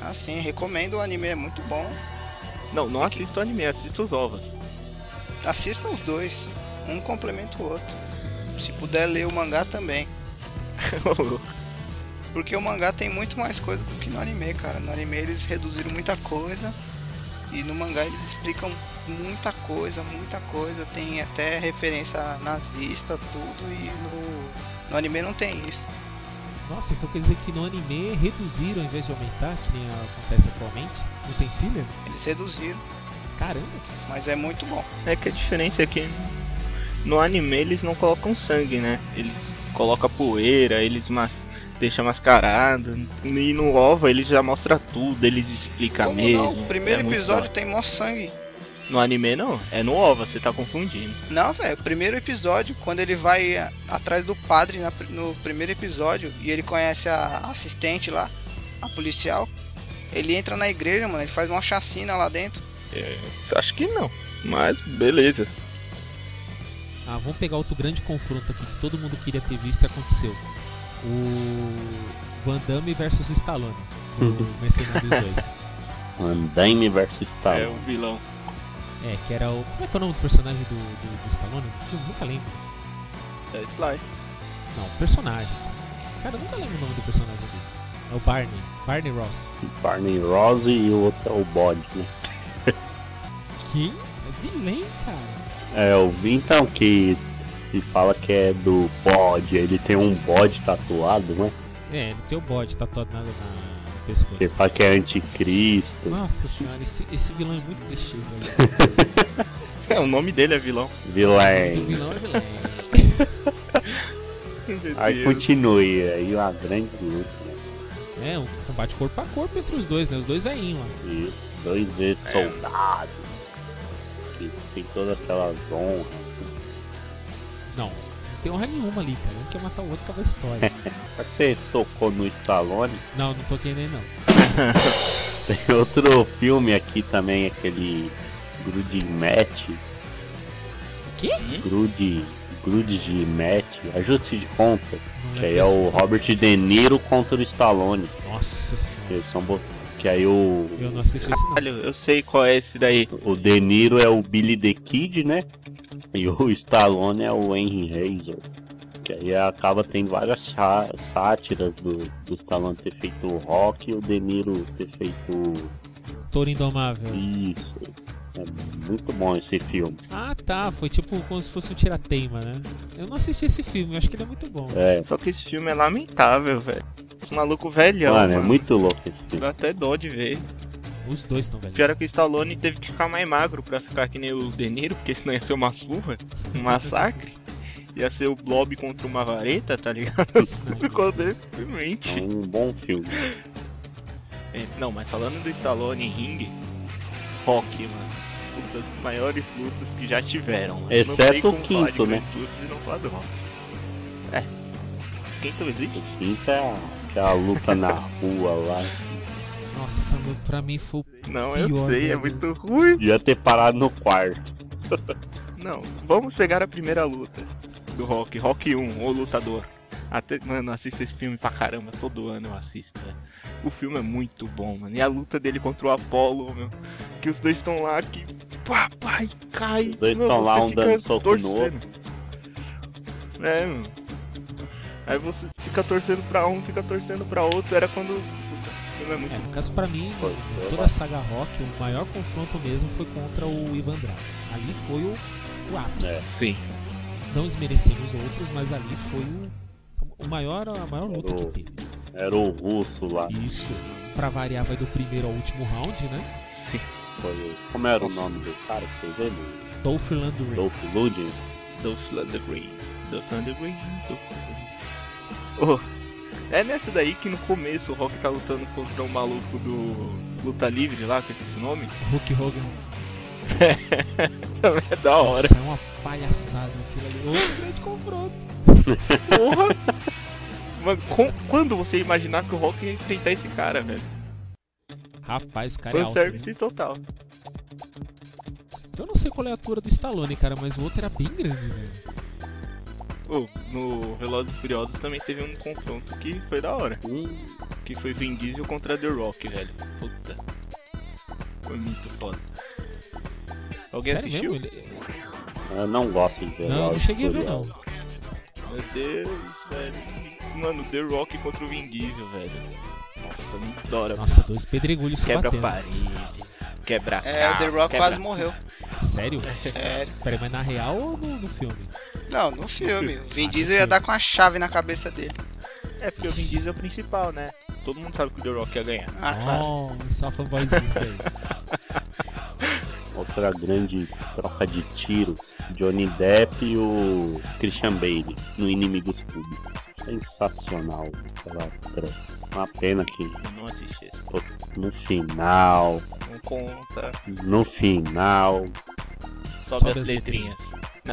[SPEAKER 6] assim recomendo o anime é muito bom
[SPEAKER 5] Não, não assista o anime, assista os ovas.
[SPEAKER 6] assistam os dois um complementa o outro se puder ler o mangá também Porque o mangá tem muito mais coisa do que no anime, cara. No anime eles reduziram muita coisa. E no mangá eles explicam muita coisa, muita coisa. Tem até referência nazista, tudo. E no, no anime não tem isso.
[SPEAKER 3] Nossa, então quer dizer que no anime reduziram ao invés de aumentar, que nem acontece atualmente? Não tem filler?
[SPEAKER 6] Eles reduziram,
[SPEAKER 3] Caramba!
[SPEAKER 6] mas é muito bom.
[SPEAKER 5] é que a diferença é que no anime eles não colocam sangue, né? Eles colocam poeira, eles mas... deixam mascarado. E no ova eles já mostra tudo, eles explicam
[SPEAKER 6] Como
[SPEAKER 5] mesmo.
[SPEAKER 6] não? O primeiro
[SPEAKER 5] é muito
[SPEAKER 6] episódio tem mó sangue.
[SPEAKER 5] foda. No anime não, é no ova, você tá confundindo.
[SPEAKER 6] Não, velho. O primeiro episódio, quando ele vai a- atrás do padre na pr- no primeiro episódio e ele conhece a assistente lá, a policial, ele entra na igreja, mano. Ele faz uma chacina lá dentro.
[SPEAKER 5] É, Acho que não, mas beleza.
[SPEAKER 3] Ah, vamos pegar outro grande confronto aqui que todo mundo queria ter visto e aconteceu. O Van Damme versus Stallone, do Mercenários 2.
[SPEAKER 4] Andaime versus
[SPEAKER 5] É
[SPEAKER 4] Stallone.
[SPEAKER 5] o vilão.
[SPEAKER 3] É, que era o. Como é que é o nome do personagem do, do, do Stallone? no filme? Nunca lembro.
[SPEAKER 5] É Sly.
[SPEAKER 3] Não, personagem. Cara, eu nunca lembro o nome do personagem dele. É o Barney. Barney Ross.
[SPEAKER 5] um
[SPEAKER 4] Barney Rose e o outro é o Bode, né?
[SPEAKER 3] Quem? É vilém, cara.
[SPEAKER 4] É, eu vi então que se fala que é do bode, ele tem um bode tatuado, né?
[SPEAKER 3] É, ele tem o bode tatuado na, na, no
[SPEAKER 4] Você
[SPEAKER 3] pescoço.
[SPEAKER 4] fala que é anticristo.
[SPEAKER 3] Nossa senhora, esse, esse vilão é muito clichê, velho.
[SPEAKER 5] É, o nome dele é vilão.
[SPEAKER 3] O
[SPEAKER 4] Vilém.
[SPEAKER 3] vilão é vilém.
[SPEAKER 5] Meu
[SPEAKER 4] Aí
[SPEAKER 5] Deus.
[SPEAKER 4] continue, aí uma grande luta. né?
[SPEAKER 3] É, um combate corpo a corpo entre os dois, né? Os dois veinhos lá.
[SPEAKER 4] E dois vezes
[SPEAKER 3] É.
[SPEAKER 4] soldados. Que tem todas aquelas honras.
[SPEAKER 3] Não, não tem honra nenhuma ali, cara. Um quer matar o outro, acaba a história.
[SPEAKER 4] Você tocou no Stallone?
[SPEAKER 3] não, não tô querendo, não.
[SPEAKER 4] Tem outro filme aqui também, aquele Grude Match.
[SPEAKER 3] quê?
[SPEAKER 4] Grude. Grude de Match, ajuste de conta.
[SPEAKER 3] Não
[SPEAKER 4] Que aí é
[SPEAKER 3] lembro
[SPEAKER 4] o
[SPEAKER 3] desse-
[SPEAKER 4] Robert De Niro contra o Stallone.
[SPEAKER 3] Nossa senhora.
[SPEAKER 4] Que, são bo- que aí o,
[SPEAKER 3] Eu não assisti esse, não.
[SPEAKER 5] Caralho, eu sei qual é esse daí.
[SPEAKER 4] o De Niro é o Billy the Kid, né? E o Stallone é o Henry Razor. Que aí acaba tendo várias chá- sátiras do, do Stallone ter feito o rock e o De Niro ter feito
[SPEAKER 3] Toro Indomável.
[SPEAKER 4] Hum. isso. É muito bom esse filme.
[SPEAKER 3] Ah, tá. Foi tipo como se fosse um tirateima, né? Eu não assisti esse filme, eu acho que ele é muito bom.
[SPEAKER 4] É,
[SPEAKER 5] Só que esse filme é lamentável, velho. Esse maluco velhão,
[SPEAKER 4] mano,
[SPEAKER 5] mano.
[SPEAKER 4] é muito louco esse filme.
[SPEAKER 5] Dá até dó de ver.
[SPEAKER 3] Os dois estão velhos.
[SPEAKER 5] Pior é que o Stallone teve que ficar mais magro pra ficar que nem o De Niro, porque senão ia ser uma surra, um massacre. Ia ser o Blob contra uma vareta, tá ligado? Por conta desse
[SPEAKER 4] É
[SPEAKER 5] simplesmente.
[SPEAKER 4] um bom filme.
[SPEAKER 5] É, Não, mas falando do Stallone em ringue, Rock, mano. disputas, maiores lutas que já tiveram. Eu não
[SPEAKER 4] Exceto
[SPEAKER 5] sei
[SPEAKER 4] o
[SPEAKER 5] como
[SPEAKER 4] quinto,
[SPEAKER 5] falar de
[SPEAKER 4] né?
[SPEAKER 5] grandes lutas e não falar do Raw. É. Quinto existe?
[SPEAKER 4] Quinta é aquela luta na rua lá.
[SPEAKER 3] Nossa, meu, pra mim foi o
[SPEAKER 5] Não, eu
[SPEAKER 3] Pior, né,
[SPEAKER 5] sei, é
[SPEAKER 3] velho.
[SPEAKER 5] muito ruim.
[SPEAKER 4] Devia ter parado no quarto.
[SPEAKER 5] Não, vamos pegar a primeira luta do Rock, Rock 1, o lutador. Até, mano, eu assisto esse filme pra caramba, todo ano eu assisto, velho. O filme é muito bom, mano. E a luta dele contra o Apollo, meu. Que os dois estão lá que. Pá, pá, e cai.
[SPEAKER 4] Os dois
[SPEAKER 5] mano,
[SPEAKER 4] tão lá,
[SPEAKER 5] você
[SPEAKER 4] um
[SPEAKER 5] fica
[SPEAKER 4] dando soco no
[SPEAKER 5] torcendo. É, mano. Aí você fica torcendo pra um, fica torcendo pra outro. Era quando. Puta, o filme é muito
[SPEAKER 3] É,
[SPEAKER 5] bom.
[SPEAKER 3] no caso pra mim,
[SPEAKER 4] Foi,
[SPEAKER 3] em
[SPEAKER 4] foi
[SPEAKER 3] toda a saga rock, o maior confronto mesmo foi contra o Ivan Drago. Ali foi o, o ápice.
[SPEAKER 5] Sim.
[SPEAKER 3] Não esmerecendo os outros, mas ali foi o, o maior, a maior luta
[SPEAKER 5] Oh.
[SPEAKER 3] que teve.
[SPEAKER 4] Era o russo lá.
[SPEAKER 3] Isso, pra variar, vai do primeiro ao último round, né?
[SPEAKER 5] Sim.
[SPEAKER 4] Foi... o- Como era o nome do cara que fez ele?
[SPEAKER 3] Dolph Lundgren.
[SPEAKER 4] Dolph Lundgren?
[SPEAKER 5] do Thundergreen. Do Thundergreen. Do Oh, é nessa daí que no começo o Rock tá lutando contra um maluco do Luta Livre lá, que é esse nome.
[SPEAKER 3] Hulk Hogan.
[SPEAKER 5] Também é da hora.
[SPEAKER 3] Nossa, é uma palhaçada aquilo ali. Outro grande confronto.
[SPEAKER 5] Porra! Mano, com- quando você imaginar que o Rock ia enfrentar esse cara, velho?
[SPEAKER 3] Rapaz, o cara é alto.
[SPEAKER 5] Fanservice
[SPEAKER 3] hein?
[SPEAKER 5] total.
[SPEAKER 3] Eu não sei qual é a altura do Stallone, cara, mas o outro era bem grande, velho.
[SPEAKER 5] Oh, no Velozes e Furiosos também teve um confronto que foi da hora.
[SPEAKER 4] Hum,
[SPEAKER 5] Que foi Vin Diesel contra The Rock, velho. Puta. Foi muito foda. Alguém
[SPEAKER 3] Sério
[SPEAKER 5] assistiu?
[SPEAKER 3] mesmo? Ele...
[SPEAKER 4] Eu não gosto de ver
[SPEAKER 3] Não,
[SPEAKER 4] Velozes
[SPEAKER 3] não
[SPEAKER 4] e
[SPEAKER 3] cheguei a ver, não.
[SPEAKER 4] Furiosos.
[SPEAKER 5] Meu Deus, velho. Mano, The Rock contra o Vin Diesel, velho. Nossa, muito da hora.
[SPEAKER 3] Nossa, dois pedregulhos se
[SPEAKER 5] quebra
[SPEAKER 3] batendo.
[SPEAKER 5] parede. Quebra
[SPEAKER 6] É, o The
[SPEAKER 5] carro,
[SPEAKER 6] Rock
[SPEAKER 5] Ah, quebra-
[SPEAKER 6] quase morreu.
[SPEAKER 3] Sério?
[SPEAKER 6] Sério.
[SPEAKER 3] Peraí, mas na real ou no, no filme?
[SPEAKER 6] Não, no filme. O
[SPEAKER 3] Ah,
[SPEAKER 6] Vin
[SPEAKER 3] no
[SPEAKER 6] Diesel ia
[SPEAKER 3] filme.
[SPEAKER 6] dar com a chave na cabeça dele.
[SPEAKER 5] É porque o Vin Diesel é o principal, né? Todo mundo sabe que o The Rock ia ganhar.
[SPEAKER 6] Ah, claro.
[SPEAKER 3] Nossa, a fanboyzinha isso aí.
[SPEAKER 4] Outra grande troca de tiros. Johnny Depp e o Christian Bale no Inimigos Públicos. Sensacional aquela troca. Uma pena que
[SPEAKER 5] Eu não assisti esse.
[SPEAKER 4] putz, no final,
[SPEAKER 5] Não conta,
[SPEAKER 4] no final,
[SPEAKER 5] sobe,
[SPEAKER 3] Sobe
[SPEAKER 5] as,
[SPEAKER 3] as
[SPEAKER 5] letrinhas.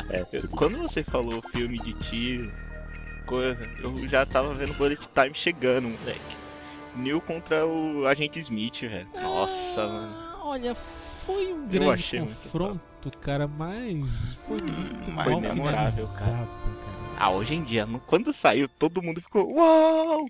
[SPEAKER 4] é,
[SPEAKER 5] Eu- Quando você falou filme de tiro, coisa, eu já tava vendo o Bullet Time chegando, moleque. Neil contra o Agente Smith, velho. Nossa, mano.
[SPEAKER 3] Ah, Olha, foi um grande
[SPEAKER 5] achei muito
[SPEAKER 3] confronto, cara, mas foi muito
[SPEAKER 5] foi
[SPEAKER 3] mal
[SPEAKER 5] memorável, cara.
[SPEAKER 3] finalizado, cara.
[SPEAKER 5] Ah, hoje em dia, no- quando saiu, todo mundo ficou uau!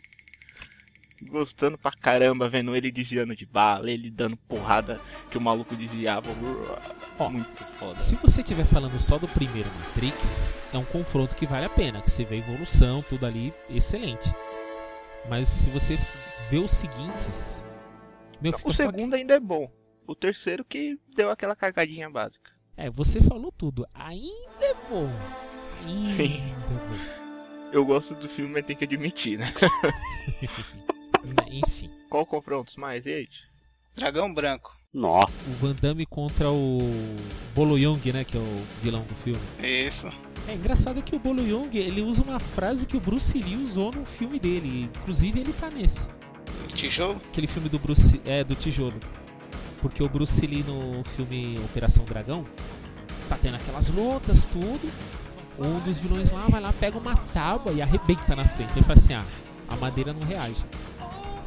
[SPEAKER 5] Gostando pra caramba, vendo ele desviando de bala, ele dando porrada que o maluco desviava. Uau,
[SPEAKER 3] Ó,
[SPEAKER 5] Muito foda.
[SPEAKER 3] Se você estiver falando só do primeiro Matrix, é um confronto que vale a pena, que você vê a evolução, tudo ali, excelente. Mas se você f- vê os seguintes, meu,
[SPEAKER 5] O
[SPEAKER 3] ficou só...
[SPEAKER 5] segundo ainda é bom. O terceiro que deu aquela cagadinha básica.
[SPEAKER 3] É, você falou tudo. Ainda é bom. Ainda
[SPEAKER 5] Sim.
[SPEAKER 3] é bom.
[SPEAKER 5] Eu gosto do filme, mas tem que admitir, né?
[SPEAKER 3] Enfim,
[SPEAKER 5] Qual confrontos mais, gente?
[SPEAKER 6] Dragão branco.
[SPEAKER 4] nossa,
[SPEAKER 3] o Van Damme contra o Bolo Young, né, que é o vilão do filme.
[SPEAKER 6] Isso.
[SPEAKER 3] É engraçado que o Bolo Young, ele usa uma frase que o Bruce Lee usou no filme dele, inclusive ele tá nesse,
[SPEAKER 6] Tijolo?
[SPEAKER 3] aquele filme do Bruce, é do tijolo. Porque o Bruce Lee no filme Operação Dragão tá tendo aquelas lutas tudo. Um dos vilões lá vai lá, pega uma tábua e arrebenta na frente. Ele fala assim: "Ah, a madeira não reage".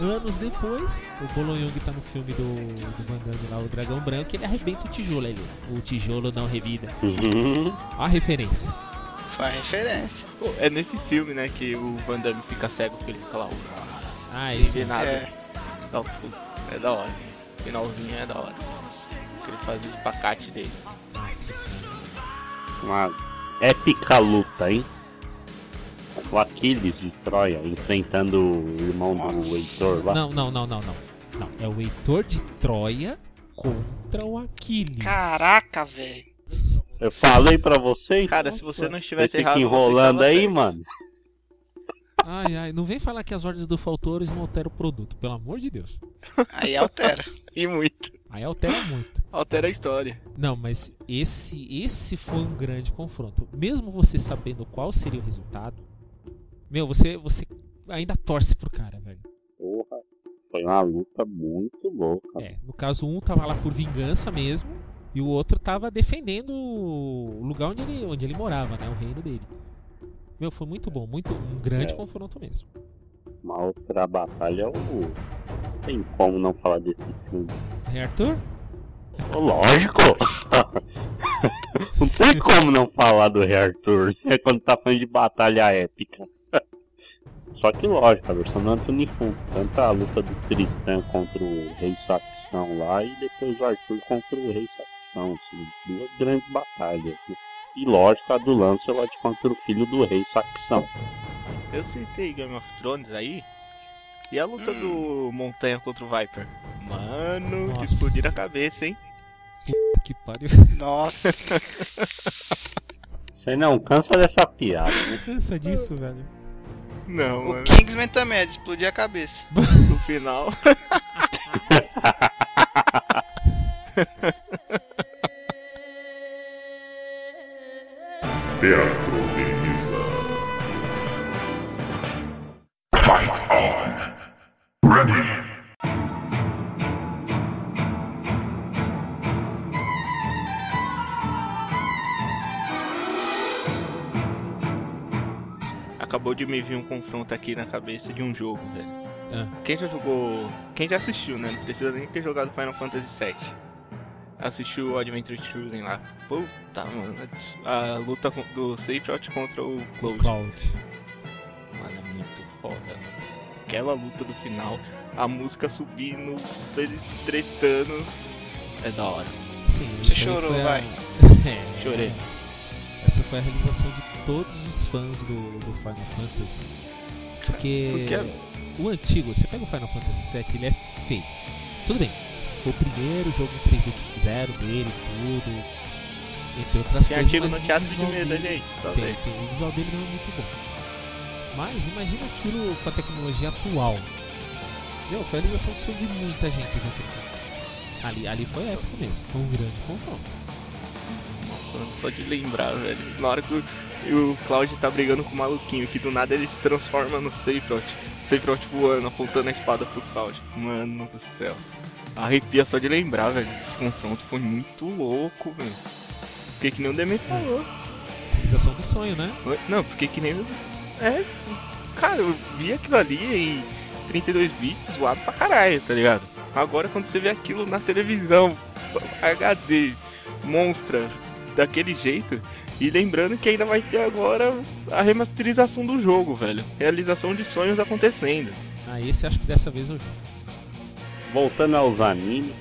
[SPEAKER 3] Anos depois, o Bolo Young tá no filme do, do Van Damme lá, o Dragão Branco, e ele arrebenta o tijolo ali. O tijolo não revida. Ó a referência.
[SPEAKER 6] Foi uma referência.
[SPEAKER 5] Pô, é nesse filme, né, que o Van Damme fica cego porque ele fica lá. uau,
[SPEAKER 3] Ah,
[SPEAKER 5] sem
[SPEAKER 3] esse
[SPEAKER 5] ver nada.
[SPEAKER 6] É.
[SPEAKER 5] Não, pô, é da hora. Finalzinho é da hora. Que ele faz o espacate dele.
[SPEAKER 3] Nossa senhora.
[SPEAKER 4] uma épica luta, hein? O Aquiles de Troia enfrentando o irmão do
[SPEAKER 6] Nossa.
[SPEAKER 4] Heitor lá.
[SPEAKER 3] Não, não, não, não, não. Não, é o Heitor de Troia contra o Aquiles.
[SPEAKER 6] Caraca, velho.
[SPEAKER 4] Eu falei pra vocês,
[SPEAKER 5] Cara, se
[SPEAKER 3] Nossa.
[SPEAKER 5] você não estivesse
[SPEAKER 4] você fica
[SPEAKER 5] errado, você
[SPEAKER 4] enrolando
[SPEAKER 5] estava
[SPEAKER 4] aí,
[SPEAKER 5] certo.
[SPEAKER 4] mano.
[SPEAKER 3] Ai, ai, não vem falar que as ordens do Faltores não alteram o produto, pelo amor de Deus.
[SPEAKER 6] Aí altera.
[SPEAKER 5] E muito.
[SPEAKER 3] Aí altera muito.
[SPEAKER 5] Altera a história.
[SPEAKER 3] Não, mas esse esse foi um grande confronto. Mesmo você sabendo qual seria o resultado, meu, você você ainda torce pro cara, velho.
[SPEAKER 4] Porra, foi uma luta muito louca.
[SPEAKER 3] É, no caso um tava lá por vingança mesmo, E o outro tava defendendo o lugar onde ele, onde ele morava, né? O reino dele. Meu, foi muito bom, muito um grande
[SPEAKER 4] É.
[SPEAKER 3] confronto mesmo.
[SPEAKER 4] Uma outra batalha é o. Não tem como não falar desse filme.
[SPEAKER 3] Rei Arthur?
[SPEAKER 4] Ô, Lógico! não tem como não falar do Rei Arthur né, quando tá falando de batalha épica. Só que lógico, a versão do Anthony Fu. Tanto a luta do Tristan contra o Rei Saxão lá e depois o Arthur contra o Rei Saxão. assim, duas grandes batalhas. né? E lógico, a do Lancelot contra o filho do Rei Saxão.
[SPEAKER 5] Eu citei Game of Thrones aí. E a luta do Montanha contra o Viper? Mano,
[SPEAKER 3] Nossa.
[SPEAKER 5] que explodir a cabeça, hein?
[SPEAKER 3] Que pariu.
[SPEAKER 6] Nossa,
[SPEAKER 4] Você não cansa dessa piada, né?
[SPEAKER 3] Cansa
[SPEAKER 6] Ah.
[SPEAKER 3] disso, velho.
[SPEAKER 5] Não,
[SPEAKER 6] o
[SPEAKER 5] mano.
[SPEAKER 6] Kingsman também é de explodir a cabeça.
[SPEAKER 5] No final.
[SPEAKER 1] Teatro de Mesa.
[SPEAKER 5] Acabou de me vir um confronto aqui na cabeça de um jogo, velho.
[SPEAKER 3] Ah.
[SPEAKER 5] Quem já jogou. Quem já assistiu, né? Não precisa nem ter jogado Final Fantasy VII. Assistiu o Adventure Children lá. Puta, mano. A luta com- do Sephiroth contra o
[SPEAKER 3] O
[SPEAKER 5] Cloud.
[SPEAKER 3] Cloud.
[SPEAKER 5] Mano, é muito foda. mano. Aquela luta do final, a música subindo, eles tretando. É da hora.
[SPEAKER 3] Sim,
[SPEAKER 6] Você
[SPEAKER 3] isso aí
[SPEAKER 6] chorou,
[SPEAKER 3] foi a-
[SPEAKER 6] vai.
[SPEAKER 3] É.
[SPEAKER 5] Chorei.
[SPEAKER 3] Essa foi a realização de todos os fãs do, do Final Fantasy. Porque o antigo, você pega o Final Fantasy VII, ele é feio. Tudo bem, foi o primeiro jogo em 3D que fizeram dele, tudo. Entre outras
[SPEAKER 5] Tem
[SPEAKER 3] coisas.
[SPEAKER 5] artigo
[SPEAKER 3] mas
[SPEAKER 5] no
[SPEAKER 3] o
[SPEAKER 5] teatro de
[SPEAKER 3] visual
[SPEAKER 5] mesa,
[SPEAKER 3] dele-
[SPEAKER 5] gente. Só
[SPEAKER 3] Tem,
[SPEAKER 5] ver.
[SPEAKER 3] tem. O visual dele não é muito bom. Mas imagina aquilo com a tecnologia atual. Meu, foi a realização do sonho de muita gente ver aquele confronto. ali, ali foi épico mesmo, foi um grande confronto.
[SPEAKER 5] Nossa, mano, só de lembrar, velho. Na hora que o, e o Cloud tá brigando com o maluquinho, que do nada ele se transforma no Sephiroth. Sephiroth voando, apontando a espada pro Cloud. Mano do céu. Arrepia só de lembrar, velho. Esse confronto foi muito louco, velho. Porque que nem o Demet falou.
[SPEAKER 3] Realização do sonho, né?
[SPEAKER 5] Oi? Não, porque que nem. É. Cara, eu vi aquilo ali em 32 bits zoado pra caralho, tá ligado? Agora quando você vê aquilo na televisão, HD, monstra, daquele jeito. E lembrando que ainda vai ter agora a remasterização do jogo, velho. Realização de sonhos acontecendo.
[SPEAKER 3] Ah, esse acho que dessa vez eu jogo.
[SPEAKER 4] Voltando aos animes,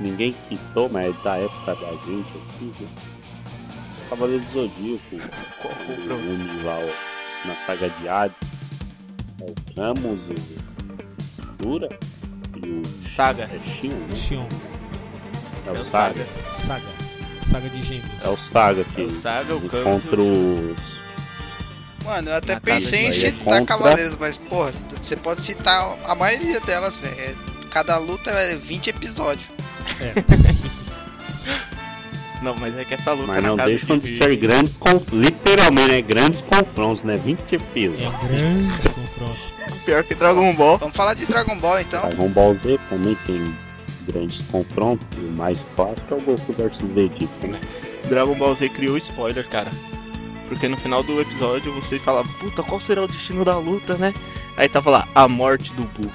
[SPEAKER 4] ninguém citou, mas é da época da gente aqui, né? Cavaleiro do Zodíaco,
[SPEAKER 5] Qual foi o
[SPEAKER 4] o
[SPEAKER 5] problema?
[SPEAKER 4] nome lá ó, na saga de Hades, é o Camus, o Dura e o
[SPEAKER 5] Saga.
[SPEAKER 4] é Shin, né?
[SPEAKER 3] Xion,
[SPEAKER 4] É o Saga.
[SPEAKER 3] Saga. Saga de Gêmeos.
[SPEAKER 4] É o Saga
[SPEAKER 5] É
[SPEAKER 4] que
[SPEAKER 5] o Saga, o Camus.
[SPEAKER 4] contra os...
[SPEAKER 6] Mano, eu até
[SPEAKER 5] Na casa
[SPEAKER 6] pensei em
[SPEAKER 4] de Bahia
[SPEAKER 6] citar
[SPEAKER 4] contra-
[SPEAKER 6] Cavaleiros, mas, porra, você pode citar a maioria delas, velho. É- Cada luta é 20 episódios.
[SPEAKER 5] Não, mas é que essa luta
[SPEAKER 4] Mas
[SPEAKER 5] na
[SPEAKER 4] não
[SPEAKER 5] casa
[SPEAKER 4] deixam
[SPEAKER 5] de
[SPEAKER 4] de ser grandes confrontos, literalmente, né? Grandes confrontos, né? 20
[SPEAKER 3] É
[SPEAKER 4] episódios.
[SPEAKER 3] um grande confronto.
[SPEAKER 5] pior que Dragon Ball.
[SPEAKER 6] Vamos falar de Dragon Ball, então.
[SPEAKER 4] Dragon Ball Z um também tem grandes confrontos, e o mais clássico é o Goku vs Vegeta, né?
[SPEAKER 5] Dragon Ball Z criou spoiler, cara. Porque no final do episódio você fala, puta, qual será o destino da luta, né? Aí tava lá, a morte do Buu.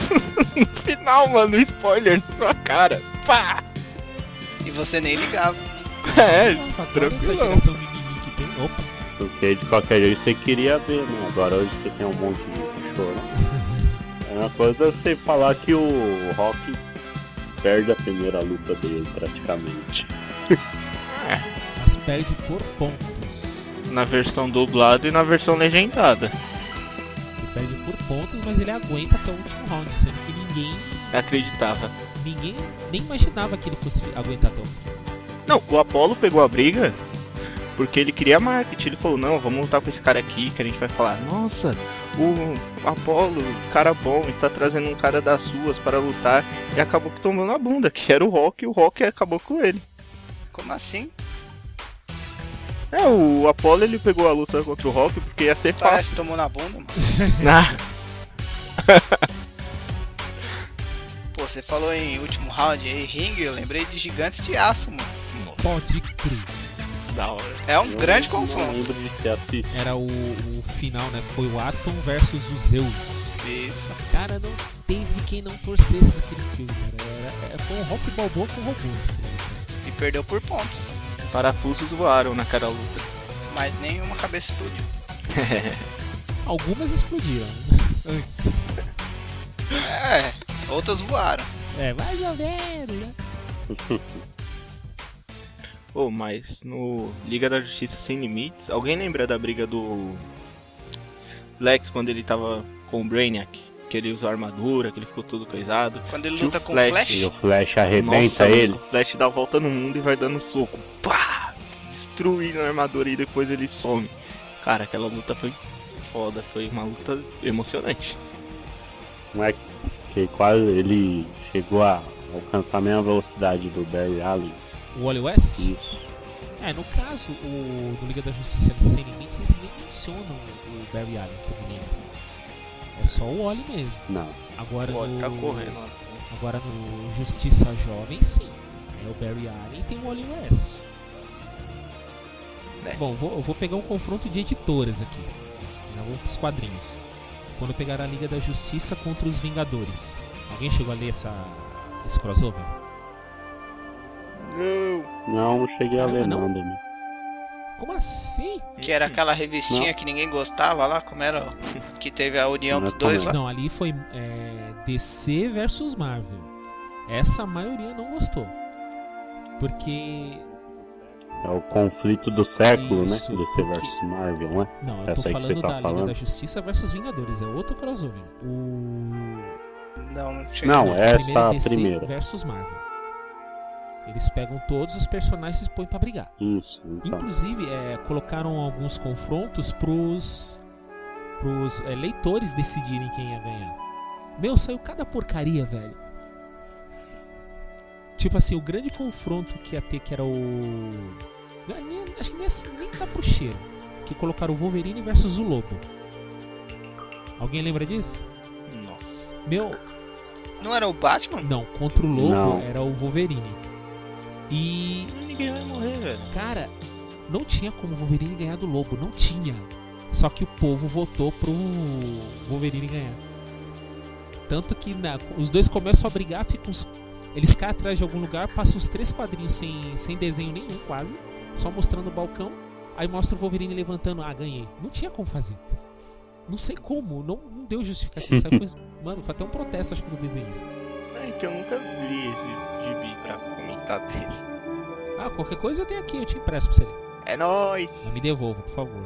[SPEAKER 5] no final, mano, spoiler na sua cara. Pá!
[SPEAKER 6] E você nem ligava.
[SPEAKER 5] É,
[SPEAKER 3] Agora essa
[SPEAKER 5] tranquilão.
[SPEAKER 3] geração mimimi que tem. Opa,
[SPEAKER 4] Porque de qualquer jeito você queria ver, né? Agora hoje você tem um monte de chorão. É uma coisa você falar que o Rock perde a primeira luta dele praticamente.
[SPEAKER 3] mas perde por pontos.
[SPEAKER 5] Na versão dublada e na versão legendada.
[SPEAKER 3] Ele perde por pontos, mas ele aguenta até o último round, sendo que ninguém,
[SPEAKER 5] Acreditava.
[SPEAKER 3] ninguém nem imaginava que ele fosse fi- aguentar até o fim.
[SPEAKER 5] Não, o Apollo pegou a briga porque ele queria marketing. Ele falou, não, vamos lutar com esse cara aqui que a gente vai falar, nossa, o Apollo, cara bom, está trazendo um cara das suas para lutar. E acabou que tomando a bunda, que era o Rock, e o Rock acabou com ele.
[SPEAKER 6] Como assim?
[SPEAKER 5] É, o Apollo ele pegou a luta contra o Rock porque ia ser fácil.
[SPEAKER 6] Parece que tomou na bunda, mano.
[SPEAKER 5] Ah,
[SPEAKER 6] Pô, você falou em último round aí, ringue, eu lembrei de gigantes de aço, mano.
[SPEAKER 3] Pode crer.
[SPEAKER 5] Da hora.
[SPEAKER 6] É um
[SPEAKER 4] Eu
[SPEAKER 6] grande
[SPEAKER 4] não
[SPEAKER 6] confronto.
[SPEAKER 4] lembro de ter assistido.
[SPEAKER 3] Era o, o final, né? Foi o Atom versus o Zeus.
[SPEAKER 6] Isso.
[SPEAKER 3] Cara, não teve quem não torcesse naquele filme, cara. Era, era- foi um rock balboa com robôs. cara.
[SPEAKER 6] E perdeu por pontos.
[SPEAKER 5] Parafusos voaram na cara luta.
[SPEAKER 6] Mas nenhuma cabeça explodiu.
[SPEAKER 3] Algumas explodiram né? antes.
[SPEAKER 6] É, outras voaram.
[SPEAKER 3] É, mais ou menos, né?
[SPEAKER 5] Ô, mas no Liga da Justiça Sem Limites, alguém lembra da briga do Lex quando ele tava com o Brainiac? Que ele usou a armadura, que ele ficou todo coisado.
[SPEAKER 6] Quando ele
[SPEAKER 5] Que o
[SPEAKER 6] luta com o
[SPEAKER 5] Flash,
[SPEAKER 6] Flash,
[SPEAKER 4] E o Flash arrebenta
[SPEAKER 5] Nossa,
[SPEAKER 4] ele.
[SPEAKER 5] O Flash dá a volta no mundo e vai dando soco. Pá! Destruindo a armadura e depois ele some. Cara, aquela luta foi foda, foi uma luta emocionante.
[SPEAKER 4] Não é que quase ele chegou a alcançar a mesma velocidade do Barry Allen.
[SPEAKER 3] O Wally West?
[SPEAKER 4] Isso.
[SPEAKER 3] É, no caso, o do Liga da Justiça Sem Limites, eles nem mencionam o Barry Allen, que eu me lembro. É só o Wally mesmo.
[SPEAKER 4] Não.
[SPEAKER 3] Agora
[SPEAKER 5] Pode
[SPEAKER 3] no...
[SPEAKER 5] ficar tá correndo.
[SPEAKER 3] Agora no Justiça Jovem, sim. É o Barry Allen e tem o Wally West.
[SPEAKER 5] É.
[SPEAKER 3] Bom, vou, eu vou pegar um confronto de editoras aqui. Já vou pros quadrinhos. Quando eu pegar a Liga da Justiça contra os Vingadores. Alguém chegou a ler essa, esse crossover?
[SPEAKER 5] Não!
[SPEAKER 4] Não, não cheguei a né?
[SPEAKER 3] Caramba,
[SPEAKER 4] ler
[SPEAKER 3] não?
[SPEAKER 4] não, Domingo.
[SPEAKER 3] Como assim?
[SPEAKER 6] que era aquela revistinha
[SPEAKER 4] Não.
[SPEAKER 6] que ninguém gostava lá, como era? ó, Que teve a união dos dois lá.
[SPEAKER 3] Não, ali foi é, DC versus Marvel. Essa maioria não gostou. Porque.
[SPEAKER 4] É o conflito do século,
[SPEAKER 3] Isso,
[SPEAKER 4] né? DC
[SPEAKER 3] porque-
[SPEAKER 4] versus Marvel, né?
[SPEAKER 3] Não, eu
[SPEAKER 4] Essa
[SPEAKER 3] tô
[SPEAKER 4] aí que
[SPEAKER 3] falando
[SPEAKER 4] você tá
[SPEAKER 3] da Liga
[SPEAKER 4] falando?
[SPEAKER 3] da Justiça versus Vingadores, é outro crossover. O.
[SPEAKER 6] Não, não chega.
[SPEAKER 4] Não,
[SPEAKER 3] a
[SPEAKER 4] essa
[SPEAKER 3] DC
[SPEAKER 4] primeira.
[SPEAKER 3] versus Marvel. Eles pegam todos os personagens e põem pra brigar.
[SPEAKER 4] Isso, então.
[SPEAKER 3] Inclusive, é, colocaram alguns confrontos pros, pros é, leitores decidirem quem ia ganhar. Meu, saiu cada porcaria, velho. Tipo assim, o grande confronto que ia ter, que era o. Não, é nem- acho que nem, nem dá pro cheiro. Que colocaram o Wolverine versus o Lobo. Alguém lembra disso?
[SPEAKER 5] Nossa.
[SPEAKER 3] Meu,
[SPEAKER 6] Não era o Batman?
[SPEAKER 3] não, contra o Lobo
[SPEAKER 4] Não.
[SPEAKER 3] era o Wolverine. E,
[SPEAKER 5] Ninguém vai morrer, velho.
[SPEAKER 3] cara, não tinha como o Wolverine ganhar do Lobo, não tinha. Só que o povo votou pro Wolverine ganhar. Tanto que na- os dois começam a brigar, ficam uns- eles caem atrás de algum lugar, passam uns três quadrinhos sem, sem desenho nenhum, quase, só mostrando o balcão. Aí mostra o Wolverine levantando, ah, ganhei. Não tinha como fazer. Não sei como, não, não deu justificativa. Isso aí foi- mano, foi até um protesto, acho que, do desenhista.
[SPEAKER 5] É que eu nunca li esse gibi pra comentar dele.
[SPEAKER 3] Ah, qualquer coisa eu tenho aqui, eu te empresto pra você ler.
[SPEAKER 5] É nóis!
[SPEAKER 3] Mas me devolva, por favor.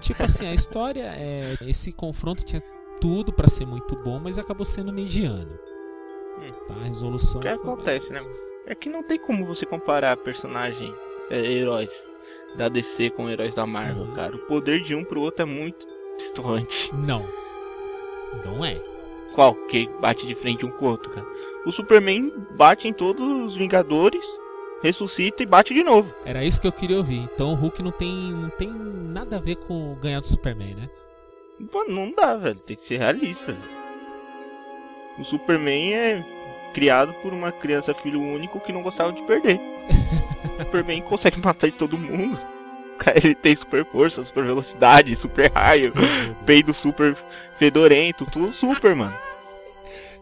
[SPEAKER 3] Tipo assim, a história é. Esse confronto tinha tudo pra ser muito bom, mas acabou sendo mediano. Tá, a resolução.
[SPEAKER 5] O que
[SPEAKER 3] foi-
[SPEAKER 5] acontece, né? É que não tem como você comparar personagem, é, heróis da DC com heróis da Marvel,
[SPEAKER 3] Uhum.
[SPEAKER 5] cara. O poder de um pro outro é muito distante.
[SPEAKER 3] Não. Não é.
[SPEAKER 5] Qual que bate de frente um com o outro, cara? O Superman bate em todos os Vingadores, ressuscita e bate de novo.
[SPEAKER 3] Era isso que eu queria ouvir. Então o Hulk não tem, não tem nada a ver com ganhar do Superman, né?
[SPEAKER 5] Mano, não dá, velho. Tem que ser realista. velho. O Superman é criado por uma criança filho único que não gostava de perder. o Superman consegue matar de todo mundo. Cara, Ele tem super força, super velocidade, super raio, peido super fedorento, tudo super, mano.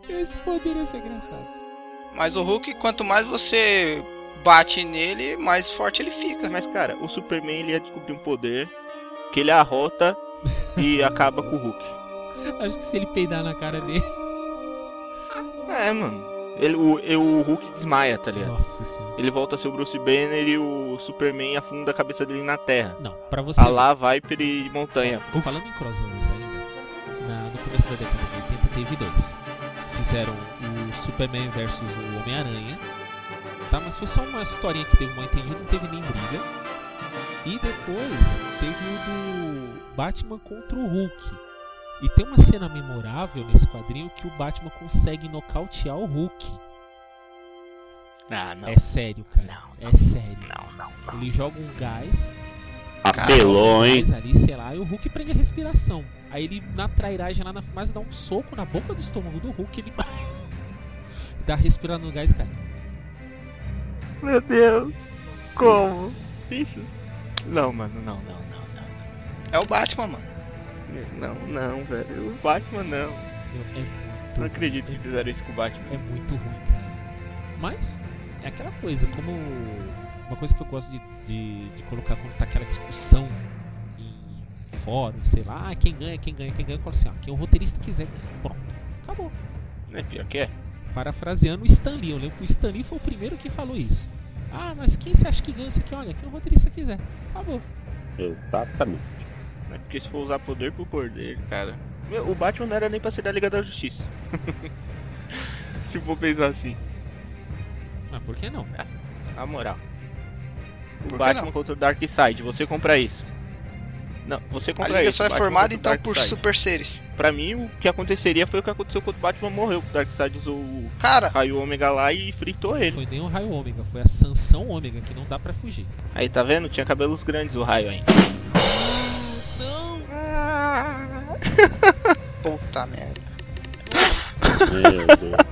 [SPEAKER 3] Esse poderia ser engraçado.
[SPEAKER 6] Mas o Hulk, quanto mais você bate nele, mais forte ele fica.
[SPEAKER 5] Mas, cara, o Superman ele ia descobrir um poder que ele arrota e acaba com o Hulk.
[SPEAKER 3] Acho que se ele peidar na cara dele.
[SPEAKER 5] É, mano. Ele, o, e o Hulk desmaia, tá ligado?
[SPEAKER 3] Nossa senhora.
[SPEAKER 5] Ele volta a ser o Bruce Banner e o Superman afunda a cabeça dele na terra.
[SPEAKER 3] Não, pra você.
[SPEAKER 5] A lá vai e montanha.
[SPEAKER 3] Ó, Falando em crossovers ainda, na- no começo da década de 80 teve dois. Fizeram o Superman versus o Homem-Aranha. Tá, mas foi só uma historinha que teve mal entendido, não teve nem briga. E depois teve o do Batman contra o Hulk. E tem uma cena memorável nesse quadrinho que o Batman consegue nocautear o Hulk.
[SPEAKER 5] Ah, não.
[SPEAKER 3] É sério, cara.
[SPEAKER 5] Não,
[SPEAKER 3] É sério.
[SPEAKER 5] Não, não, não.
[SPEAKER 3] Ele joga um gás
[SPEAKER 4] Apelou, hein?
[SPEAKER 3] Mas ali, sei lá, e o Hulk prende a respiração. Aí ele, na trairagem lá na fumaça, dá um soco na boca do estômago do Hulk ele. dá respirado no gás e cai.
[SPEAKER 5] Meu Deus. Como? Isso? Não, mano, não, não, não, não.
[SPEAKER 6] É o Batman, mano.
[SPEAKER 5] Não, não, velho. O Batman não.
[SPEAKER 3] Meu, é muito
[SPEAKER 5] Não acredito que fizeram isso com o Batman.
[SPEAKER 3] É muito ruim, cara. Mas é aquela coisa, como. Uma coisa que eu gosto de, de, de colocar quando tá aquela discussão em fórum, sei lá, ah, quem ganha, quem ganha, quem ganha, eu falo assim, ó, quem o roteirista quiser ganha. Pronto, acabou.
[SPEAKER 5] É pior que é.
[SPEAKER 3] Parafraseando o Stanley, eu lembro que o Stanley foi o primeiro que falou isso. Ah, mas quem você acha que ganha isso aqui? Olha, quem o roteirista quiser. Acabou.
[SPEAKER 4] Exatamente.
[SPEAKER 5] É porque se for usar poder por poder, cara. Meu, o Batman não era nem pra ser da Liga da Justiça. se for pensar assim,
[SPEAKER 3] Ah, por que não?
[SPEAKER 5] na moral.
[SPEAKER 6] que
[SPEAKER 5] O Batman
[SPEAKER 6] não?
[SPEAKER 5] contra o Darkseid, você compra isso. Não, você
[SPEAKER 6] A
[SPEAKER 5] compra
[SPEAKER 6] liga
[SPEAKER 5] isso.
[SPEAKER 6] só é
[SPEAKER 5] Batman
[SPEAKER 6] formada
[SPEAKER 5] contra o
[SPEAKER 6] então por
[SPEAKER 5] Darkseid.
[SPEAKER 6] super seres.
[SPEAKER 5] Pra mim, o que aconteceria foi o que aconteceu quando o Batman morreu. O Darkseid usou o
[SPEAKER 6] Cara,
[SPEAKER 5] raio ômega lá e fritou
[SPEAKER 3] Não
[SPEAKER 5] ele.
[SPEAKER 3] foi nem o raio ômega, foi a sanção ômega, que não dá pra fugir.
[SPEAKER 5] Aí tá vendo? Tinha cabelos grandes o raio ainda.
[SPEAKER 3] Não!
[SPEAKER 5] Ah,
[SPEAKER 6] puta merda.
[SPEAKER 4] Meu Deus.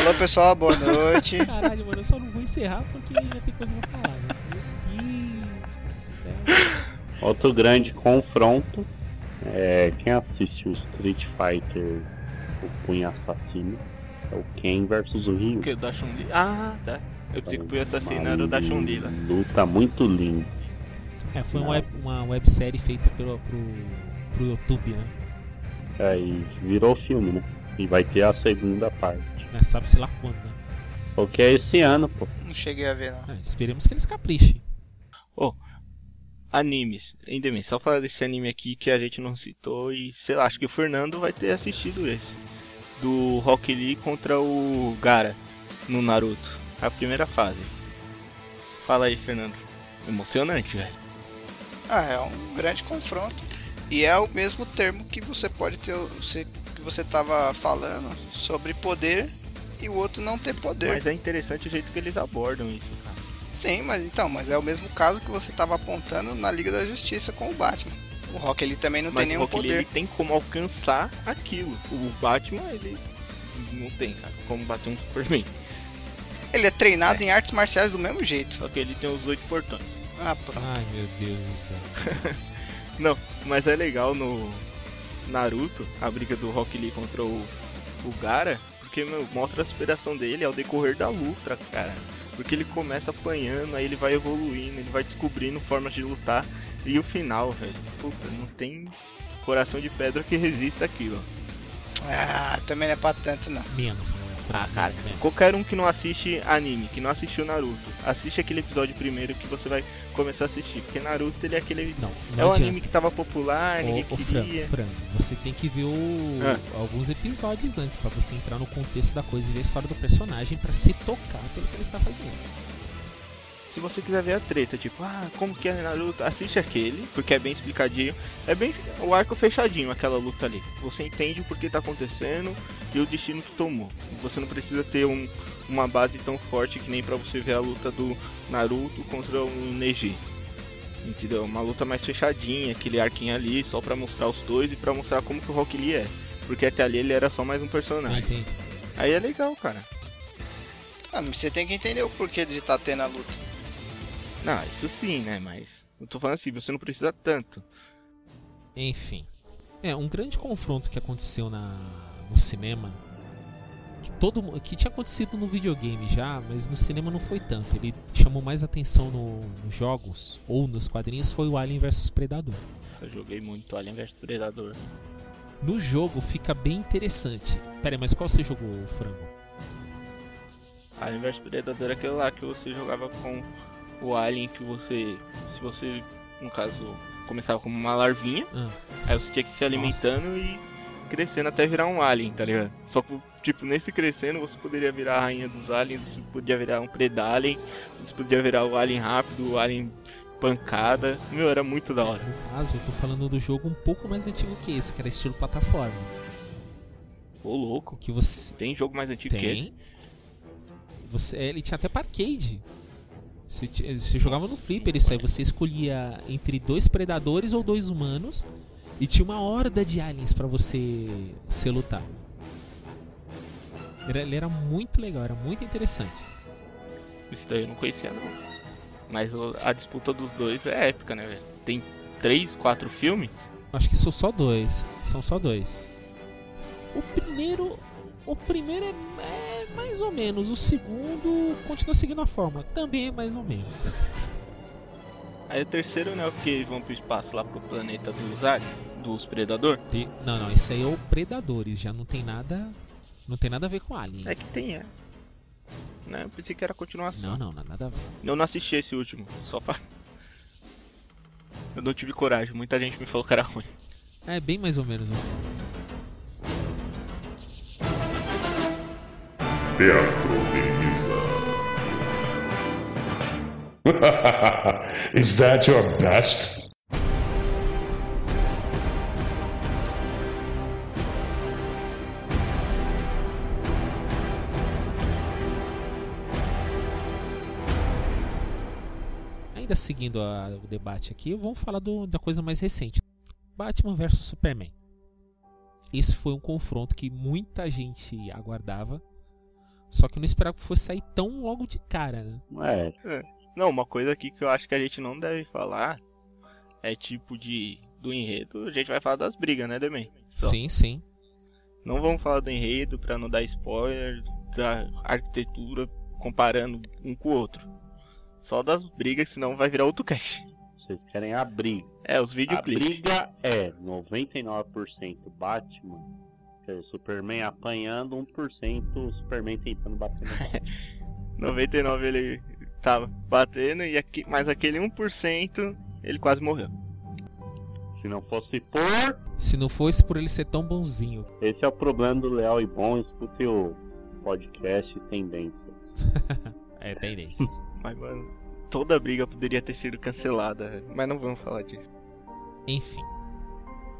[SPEAKER 6] Falou pessoal, boa noite.
[SPEAKER 3] Caralho, mano, eu só não vou encerrar porque ainda tem coisa pra falar. né? Meu Deus do céu.
[SPEAKER 4] Outro grande confronto. É, quem assistiu Street Fighter O Punho Assassino é o Ken versus o Ryu.
[SPEAKER 5] O que? O da Chun-Li? Ah, tá. Eu pensei que foi assassinar o da Chun-Li né? lá.
[SPEAKER 4] Luta muito linda.
[SPEAKER 3] É, foi uma, web, uma websérie feita pelo, pro, pro YouTube, né?
[SPEAKER 4] Aí É, virou filme, né? E vai ter a segunda parte.
[SPEAKER 3] Mas Sabe-se lá quando, né?
[SPEAKER 4] Porque é esse ano, pô.
[SPEAKER 6] Não cheguei a ver, não.
[SPEAKER 3] Ah, esperemos que eles caprichem.
[SPEAKER 5] Animes. Ainda bem, só falar desse anime aqui que a gente não citou e sei lá, acho que o Fernando vai ter assistido esse. Do Rock Lee contra o Gara no Naruto. A primeira fase. Fala aí, Fernando. Emocionante, velho.
[SPEAKER 6] Ah, é um grande confronto. E é o mesmo termo que você pode ter, você, que você tava falando sobre poder e o outro não ter poder.
[SPEAKER 5] Mas é interessante o jeito que eles abordam isso, cara.
[SPEAKER 6] Sim, mas então, mas é o mesmo caso que você tava apontando na Liga da Justiça com o Batman. O Rock ele também não
[SPEAKER 5] Mas
[SPEAKER 6] tem
[SPEAKER 5] o
[SPEAKER 6] nenhum
[SPEAKER 5] Rock Lee
[SPEAKER 6] poder.
[SPEAKER 5] ele tem como alcançar aquilo. O Batman, ele não tem, cara. Como bater um Superman.
[SPEAKER 6] Ele é treinado em artes marciais do mesmo jeito.
[SPEAKER 5] Só que ele tem os oito portões.
[SPEAKER 6] Ah, pronto.
[SPEAKER 3] Ai, meu Deus do céu.
[SPEAKER 5] Não, mas é legal no Naruto, a briga do Rock Lee contra o, o Gara, porque meu, mostra a superação dele ao decorrer da luta, cara. Porque ele começa apanhando, aí ele vai evoluindo, ele vai descobrindo formas de lutar. E o final, velho, puta, não tem coração de pedra que resista aquilo.
[SPEAKER 6] Ah, também não é pra tanto não.
[SPEAKER 3] Menos, né?
[SPEAKER 5] Ah, cara,
[SPEAKER 3] Menos.
[SPEAKER 5] qualquer um que não assiste anime, que não assistiu Naruto, assiste aquele episódio primeiro que você vai começar a assistir. Porque Naruto, ele é aquele...
[SPEAKER 3] Não,
[SPEAKER 5] É
[SPEAKER 3] não
[SPEAKER 5] um
[SPEAKER 3] adianta.
[SPEAKER 5] anime que tava popular, ninguém
[SPEAKER 3] Ô, ô, Fran,
[SPEAKER 5] queria...
[SPEAKER 3] Fran, você tem que ver o-
[SPEAKER 5] Ah.
[SPEAKER 3] alguns episódios antes pra você entrar no contexto da coisa e ver a história do personagem pra se tocar pelo que ele está fazendo.
[SPEAKER 5] Se você quiser ver a treta, tipo, ah, como que é Naruto, assiste aquele, porque é bem explicadinho. É bem o arco fechadinho, aquela luta ali. Você entende o porquê tá acontecendo e o destino que tomou. Você não precisa ter um- uma base tão forte que nem pra você ver a luta do Naruto contra o Neji. Entendeu? Uma luta mais fechadinha, aquele arquinho ali, só pra mostrar os dois e pra mostrar como que o Rock Lee é. Porque até ali ele era só mais um personagem.
[SPEAKER 3] Entende?
[SPEAKER 5] Aí é legal, cara.
[SPEAKER 6] Ah, mas você tem que entender o porquê de estar tendo a luta.
[SPEAKER 5] Não, isso sim, né? Mas eu tô falando assim, você não precisa tanto.
[SPEAKER 3] Enfim. É, um grande confronto que aconteceu na, no cinema. Que, todo, mu- que tinha acontecido no videogame já, mas no cinema não foi tanto. Ele chamou mais atenção no- nos jogos ou nos quadrinhos foi o Alien vs Predador.
[SPEAKER 5] Nossa, joguei muito Alien vs Predador.
[SPEAKER 3] No jogo fica bem interessante. Pera aí, mas qual você jogou, Frango?
[SPEAKER 5] Alien vs Predador é aquele lá que você jogava com o Alien que você. Se você, no caso, começava como uma larvinha,
[SPEAKER 3] Ah,
[SPEAKER 5] aí você tinha que se alimentando e crescendo até virar um Alien, tá ligado? Só que, tipo, nesse crescendo você poderia virar a rainha dos aliens, você podia virar um Predalien, você podia virar o Alien rápido, o Alien pancada. Meu, era muito da hora.
[SPEAKER 3] no caso, eu tô falando do jogo um pouco mais antigo que esse, que era estilo plataforma.
[SPEAKER 5] Ô louco.
[SPEAKER 3] Que você.
[SPEAKER 5] Tem jogo mais antigo que esse?
[SPEAKER 3] Tem. Você, é, ele tinha até pra arcade. Você, ti- você jogava no flipper isso aí. Você escolhia entre dois predadores ou dois humanos. E tinha uma horda de aliens pra você se lutar. Era- Ele era muito legal, era muito interessante.
[SPEAKER 5] Isso daí eu não conhecia, não. Mas o- a disputa dos dois é épica, né, velho? Tem três, quatro filmes?
[SPEAKER 3] Acho que são só dois. São só dois. O primeiro. O primeiro é, é mais ou menos. O segundo continua seguindo a fórmula. Também é mais ou menos.
[SPEAKER 5] Aí o terceiro não é o que eles vão pro espaço lá pro planeta dos aliens, dos predador?
[SPEAKER 3] De- não, não, isso aí é o Predadores, já não tem nada. Não tem nada a ver com Alien.
[SPEAKER 5] É que tem, é. Né? Eu pensei que era continuação.
[SPEAKER 3] Não, não, não, nada a ver.
[SPEAKER 5] Eu não assisti esse último, só fa... Eu não tive coragem, muita gente me falou que era ruim.
[SPEAKER 3] É bem mais ou menos o filme.
[SPEAKER 1] Teatro de Mesa. Is that your best?
[SPEAKER 3] Ainda seguindo a- o debate aqui, vamos falar do- da coisa mais recente: Batman vs Superman. Esse foi um confronto que muita gente aguardava. Só que eu não esperava que fosse sair tão logo de cara, né?
[SPEAKER 4] É,
[SPEAKER 5] Não, uma coisa aqui que eu acho que a gente não deve falar é tipo de do enredo, a gente vai falar das brigas, né, Demen? Só.
[SPEAKER 3] Sim, sim.
[SPEAKER 5] Não vamos falar do enredo pra não dar spoiler, da arquitetura comparando um com o outro. Só das brigas, senão vai virar outro cast.
[SPEAKER 4] vocês querem a briga.
[SPEAKER 5] É, os
[SPEAKER 4] A
[SPEAKER 5] videoclipes.
[SPEAKER 4] briga é 99% Batman, que é o Superman apanhando, 1% o Superman tentando bater no Batman.
[SPEAKER 5] 99 ele tava batendo, e aqui, mas aquele 1% ele quase morreu.
[SPEAKER 4] Se não fosse por.
[SPEAKER 3] Se não fosse por ele ser tão bonzinho.
[SPEAKER 4] Esse é o problema do Leal e Bom, escute o podcast Tendências.
[SPEAKER 3] É, tendências.
[SPEAKER 5] Mas, mano, toda briga poderia ter sido cancelada, velho. mas não vamos falar disso.
[SPEAKER 3] Enfim.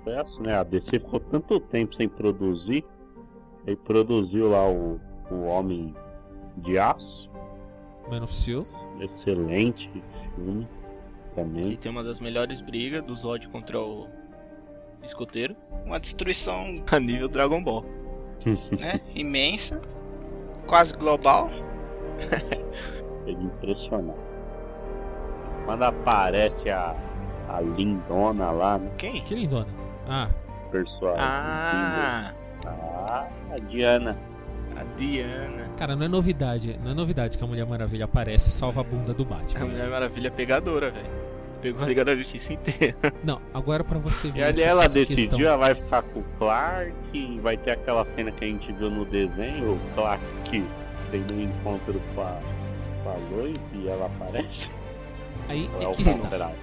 [SPEAKER 4] Foi assim, né? A DC ficou tanto tempo sem produzir, aí produziu lá o, o Homem de Aço,
[SPEAKER 3] Man of Steel.
[SPEAKER 4] excelente filme
[SPEAKER 5] E
[SPEAKER 4] também.
[SPEAKER 5] tem uma das melhores brigas do Zod contra o escoteiro,
[SPEAKER 6] Uma destruição
[SPEAKER 5] a nível Dragon Ball.
[SPEAKER 6] né, imensa, quase global.
[SPEAKER 4] Ele É impressionante. Quando aparece a, a lindona lá, né?
[SPEAKER 5] Quem?
[SPEAKER 3] Que lindona. Ah,
[SPEAKER 4] Pessoal.
[SPEAKER 5] Ah,
[SPEAKER 4] ah, a Diana.
[SPEAKER 5] a Diana.
[SPEAKER 3] cara, não é novidade. Não é novidade que a Mulher Maravilha aparece e salva a bunda do
[SPEAKER 5] A
[SPEAKER 3] Batman.
[SPEAKER 5] Mulher Maravilha é pegadora, velho. Pegou a Liga da Justiça inteira.
[SPEAKER 3] Não, agora pra você ver
[SPEAKER 4] E ali
[SPEAKER 3] essa,
[SPEAKER 4] ela
[SPEAKER 3] essa
[SPEAKER 4] decidiu,
[SPEAKER 3] questão.
[SPEAKER 4] ela vai ficar com o Clark, vai ter aquela cena que a gente viu no desenho, o Clark tendo um encontro com a, com a Lois e ela aparece.
[SPEAKER 3] Aí
[SPEAKER 4] Ou
[SPEAKER 3] é que
[SPEAKER 4] ao
[SPEAKER 3] está.
[SPEAKER 4] contrário?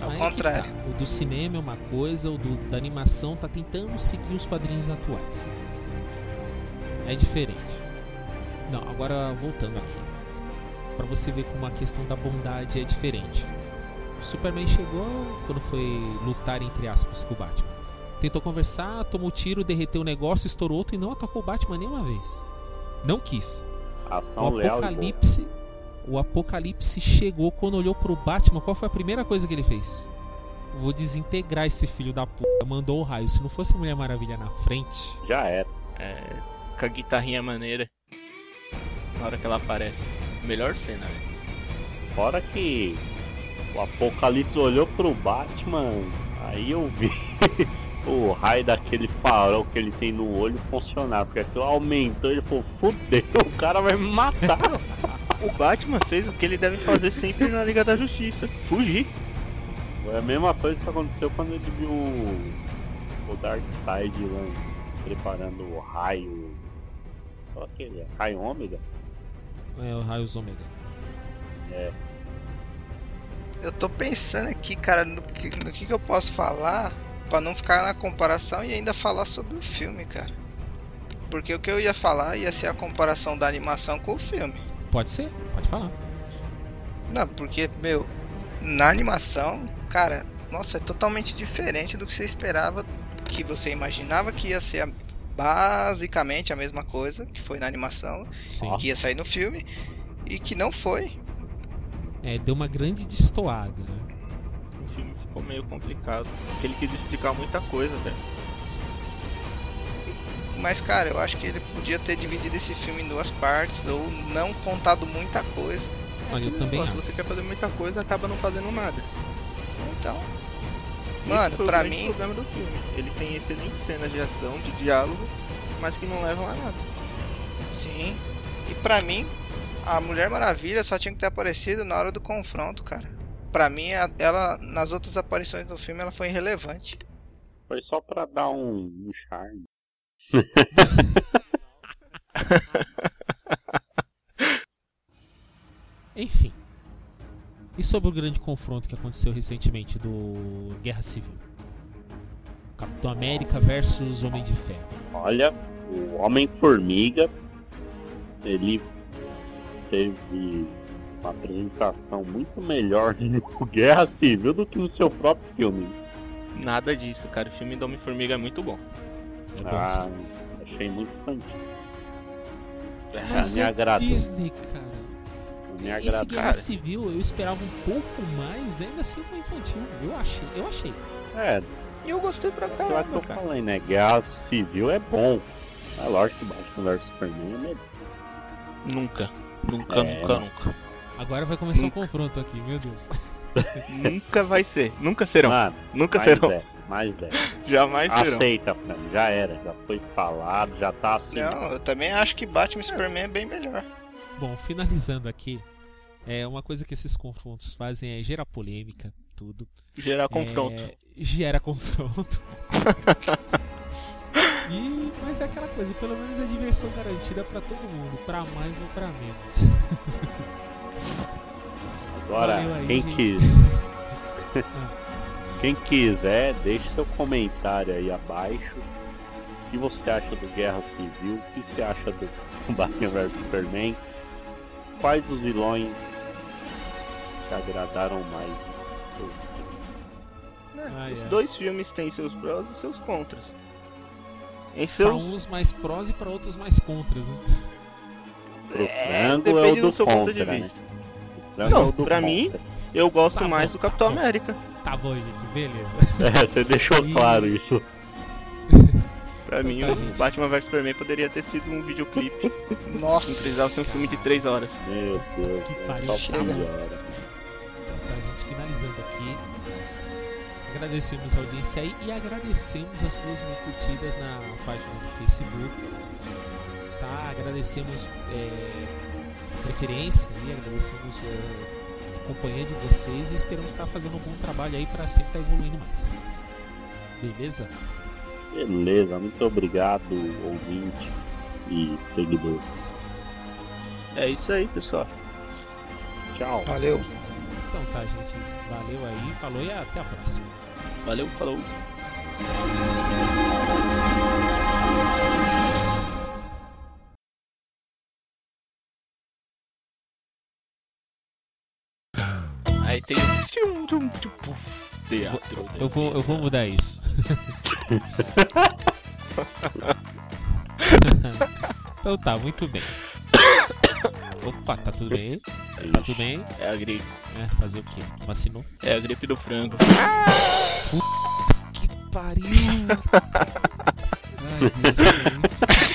[SPEAKER 6] Ao
[SPEAKER 3] Aí é que
[SPEAKER 6] contrário.
[SPEAKER 3] tá. O do cinema é uma coisa, o do, da animação tá tentando seguir os quadrinhos atuais. É diferente. Não, agora voltando aqui. Pra você ver como a questão da bondade é diferente. O Superman chegou quando foi lutar, entre aspas, com o Batman. Tentou conversar, tomou tiro, derreteu o negócio, estourou outro e não atacou o Batman nenhuma vez. Não quis.
[SPEAKER 4] Ação
[SPEAKER 3] O Um
[SPEAKER 4] leal e
[SPEAKER 3] apocalipse, o apocalipse chegou quando olhou pro Batman. Qual foi a primeira coisa que ele fez? Vou desintegrar esse filho da puta. Mandou o raio. Se não fosse a Mulher Maravilha na frente,
[SPEAKER 4] boa. Já era.
[SPEAKER 5] É, com a guitarrinha maneira. Na hora que ela aparece. Melhor cena, velho.
[SPEAKER 4] Fora que o Apocalipse olhou pro Batman, aí eu vi o raio daquele farol que ele tem no olho funcionar, porque aquilo aumentou, ele falou, fudeu, o cara vai me matar.
[SPEAKER 5] O Batman fez o que ele deve fazer sempre na Liga da Justiça: fugir.
[SPEAKER 4] Foi a mesma coisa que aconteceu quando ele viu o- o Darkseid lá preparando o raio. Qual aquele? é? Raio ômega?
[SPEAKER 3] é o raio ômega.
[SPEAKER 6] Eu tô pensando aqui, cara, no que, no que, que eu posso falar pra não ficar na comparação e ainda falar sobre o filme, cara. Porque o que eu ia falar ia ser a comparação da animação com o filme.
[SPEAKER 3] Pode ser, pode falar.
[SPEAKER 6] Não, porque, meu, na animação, cara, nossa, é totalmente diferente do que você esperava, que você imaginava que ia ser a- basicamente a mesma coisa que foi na animação,
[SPEAKER 3] Sim.
[SPEAKER 6] que ia sair no filme, e que não foi.
[SPEAKER 3] É, deu uma grande destoada. né?
[SPEAKER 5] O filme ficou meio complicado. Porque ele quis explicar muita coisa, velho.
[SPEAKER 6] Mas, cara, eu acho que ele podia ter dividido esse filme em duas partes ou não contado muita coisa.
[SPEAKER 3] Olha, eu também
[SPEAKER 5] Pô, se
[SPEAKER 3] acho.
[SPEAKER 5] você quer fazer muita coisa, acaba não fazendo nada.
[SPEAKER 6] Então,
[SPEAKER 5] Esse
[SPEAKER 6] mano,
[SPEAKER 5] foi o
[SPEAKER 6] pra
[SPEAKER 5] grande
[SPEAKER 6] mim,
[SPEAKER 5] problema do filme. Ele tem excelentes cenas de ação, de diálogo, mas que não levam a nada.
[SPEAKER 6] sim. E pra mim, a Mulher Maravilha só tinha que ter aparecido na hora do confronto, cara. Pra mim, a- ela, nas outras aparições do filme, ela foi irrelevante.
[SPEAKER 4] Foi só pra dar um, um charme.
[SPEAKER 3] Enfim. E sobre o grande confronto que aconteceu recentemente do Guerra Civil? Capitão América versus Homem de Ferro.
[SPEAKER 4] Olha, o Homem-Formiga, ele teve uma apresentação muito melhor no Guerra Civil do que no seu próprio filme.
[SPEAKER 5] Nada disso, cara. O filme do Homem-Formiga é muito bom.
[SPEAKER 3] É bom
[SPEAKER 4] Ah,
[SPEAKER 3] sim.
[SPEAKER 4] achei muito infantil.
[SPEAKER 3] Mas
[SPEAKER 4] me
[SPEAKER 3] é
[SPEAKER 4] agradou.
[SPEAKER 3] Disney, cara.
[SPEAKER 4] Me É,
[SPEAKER 3] Esse
[SPEAKER 4] agradou.
[SPEAKER 3] Guerra Civil eu esperava um pouco mais, ainda assim foi infantil. Eu achei, eu achei.
[SPEAKER 4] É,
[SPEAKER 5] E eu gostei pra
[SPEAKER 4] Eu acho que
[SPEAKER 5] caramba,
[SPEAKER 4] eu
[SPEAKER 5] cara.
[SPEAKER 4] falei, né? Guerra Civil é bom. É lógico que Batman vs Superman é melhor.
[SPEAKER 5] Nunca. Nunca,
[SPEAKER 4] É.
[SPEAKER 5] nunca, nunca.
[SPEAKER 3] Agora vai começar o confronto aqui, meu Deus.
[SPEAKER 5] nunca vai ser. Nunca serão.
[SPEAKER 4] Mano,
[SPEAKER 5] nunca
[SPEAKER 4] mais
[SPEAKER 5] serão.
[SPEAKER 4] é, mais é.
[SPEAKER 5] Jamais serão.
[SPEAKER 4] Aceita, mano, já era, já foi falado, já tá assim.
[SPEAKER 6] Não, eu também acho que Batman e Superman é bem melhor.
[SPEAKER 3] Bom, finalizando aqui, é uma coisa que esses confrontos fazem é gerar polêmica, tudo.
[SPEAKER 5] Gerar confronto.
[SPEAKER 3] É, gera confronto. e, mas é aquela coisa, pelo menos é diversão garantida pra todo mundo, pra mais ou pra menos.
[SPEAKER 4] Agora,
[SPEAKER 3] valeu aí,
[SPEAKER 4] quem
[SPEAKER 3] gente.
[SPEAKER 4] quis. quem quiser, deixe seu comentário aí abaixo. O que você acha do Guerra Civil? O que você acha do Batman vs Superman? Quais os vilões te agradaram mais?
[SPEAKER 5] Né?
[SPEAKER 3] Ah,
[SPEAKER 5] Os
[SPEAKER 3] é.
[SPEAKER 5] dois filmes têm seus prós e seus contras. Em
[SPEAKER 3] Pra
[SPEAKER 5] seus.
[SPEAKER 3] Tá uns mais prós e pra outros mais contras, né?
[SPEAKER 4] Pro
[SPEAKER 5] É,
[SPEAKER 4] frango é o
[SPEAKER 5] depende do
[SPEAKER 4] do
[SPEAKER 5] seu ponto de
[SPEAKER 4] contra, né?
[SPEAKER 5] vista.
[SPEAKER 4] Frango
[SPEAKER 5] Não,
[SPEAKER 4] é o do
[SPEAKER 5] pra
[SPEAKER 4] contra.
[SPEAKER 5] mim, Eu gosto
[SPEAKER 3] Tá
[SPEAKER 5] mais
[SPEAKER 3] bom,
[SPEAKER 5] do Capitão
[SPEAKER 3] tá bom.
[SPEAKER 5] América.
[SPEAKER 3] Tá bom, gente, beleza.
[SPEAKER 4] É, você deixou
[SPEAKER 3] E-
[SPEAKER 4] claro isso.
[SPEAKER 5] Pra
[SPEAKER 3] Então
[SPEAKER 5] mim,
[SPEAKER 3] tá,
[SPEAKER 5] o
[SPEAKER 3] gente.
[SPEAKER 5] Batman vs Superman poderia ter sido um videoclipe.
[SPEAKER 6] Nossa.
[SPEAKER 5] Não precisava ser um filme de 3 horas.
[SPEAKER 4] Meu Deus,
[SPEAKER 3] Que
[SPEAKER 4] é
[SPEAKER 3] pariu,
[SPEAKER 4] só
[SPEAKER 6] chega.
[SPEAKER 4] piora.
[SPEAKER 3] Então tá, gente, finalizando aqui. Agradecemos a audiência aí e agradecemos as duas mil curtidas na página do Facebook. Tá? Agradecemos é, a preferência e agradecemos é, a companhia de vocês e esperamos estar fazendo um bom trabalho aí para sempre estar evoluindo mais. Beleza?
[SPEAKER 4] Beleza, muito obrigado, ouvinte e seguidor.
[SPEAKER 5] É isso aí, pessoal.
[SPEAKER 4] Tchau.
[SPEAKER 6] Valeu.
[SPEAKER 3] Então tá, gente. Valeu aí, falou e até a próxima.
[SPEAKER 5] Valeu, falou. Aí tem. um Teatro.
[SPEAKER 3] Eu vou, eu vou mudar isso. então tá, muito bem. Opa, tá tudo bem? Tá tudo bem?
[SPEAKER 5] É a gripe.
[SPEAKER 3] É, fazer o quê? Vacinou?
[SPEAKER 5] É a gripe do frango.
[SPEAKER 3] Que pariu! Ai, meu Deus.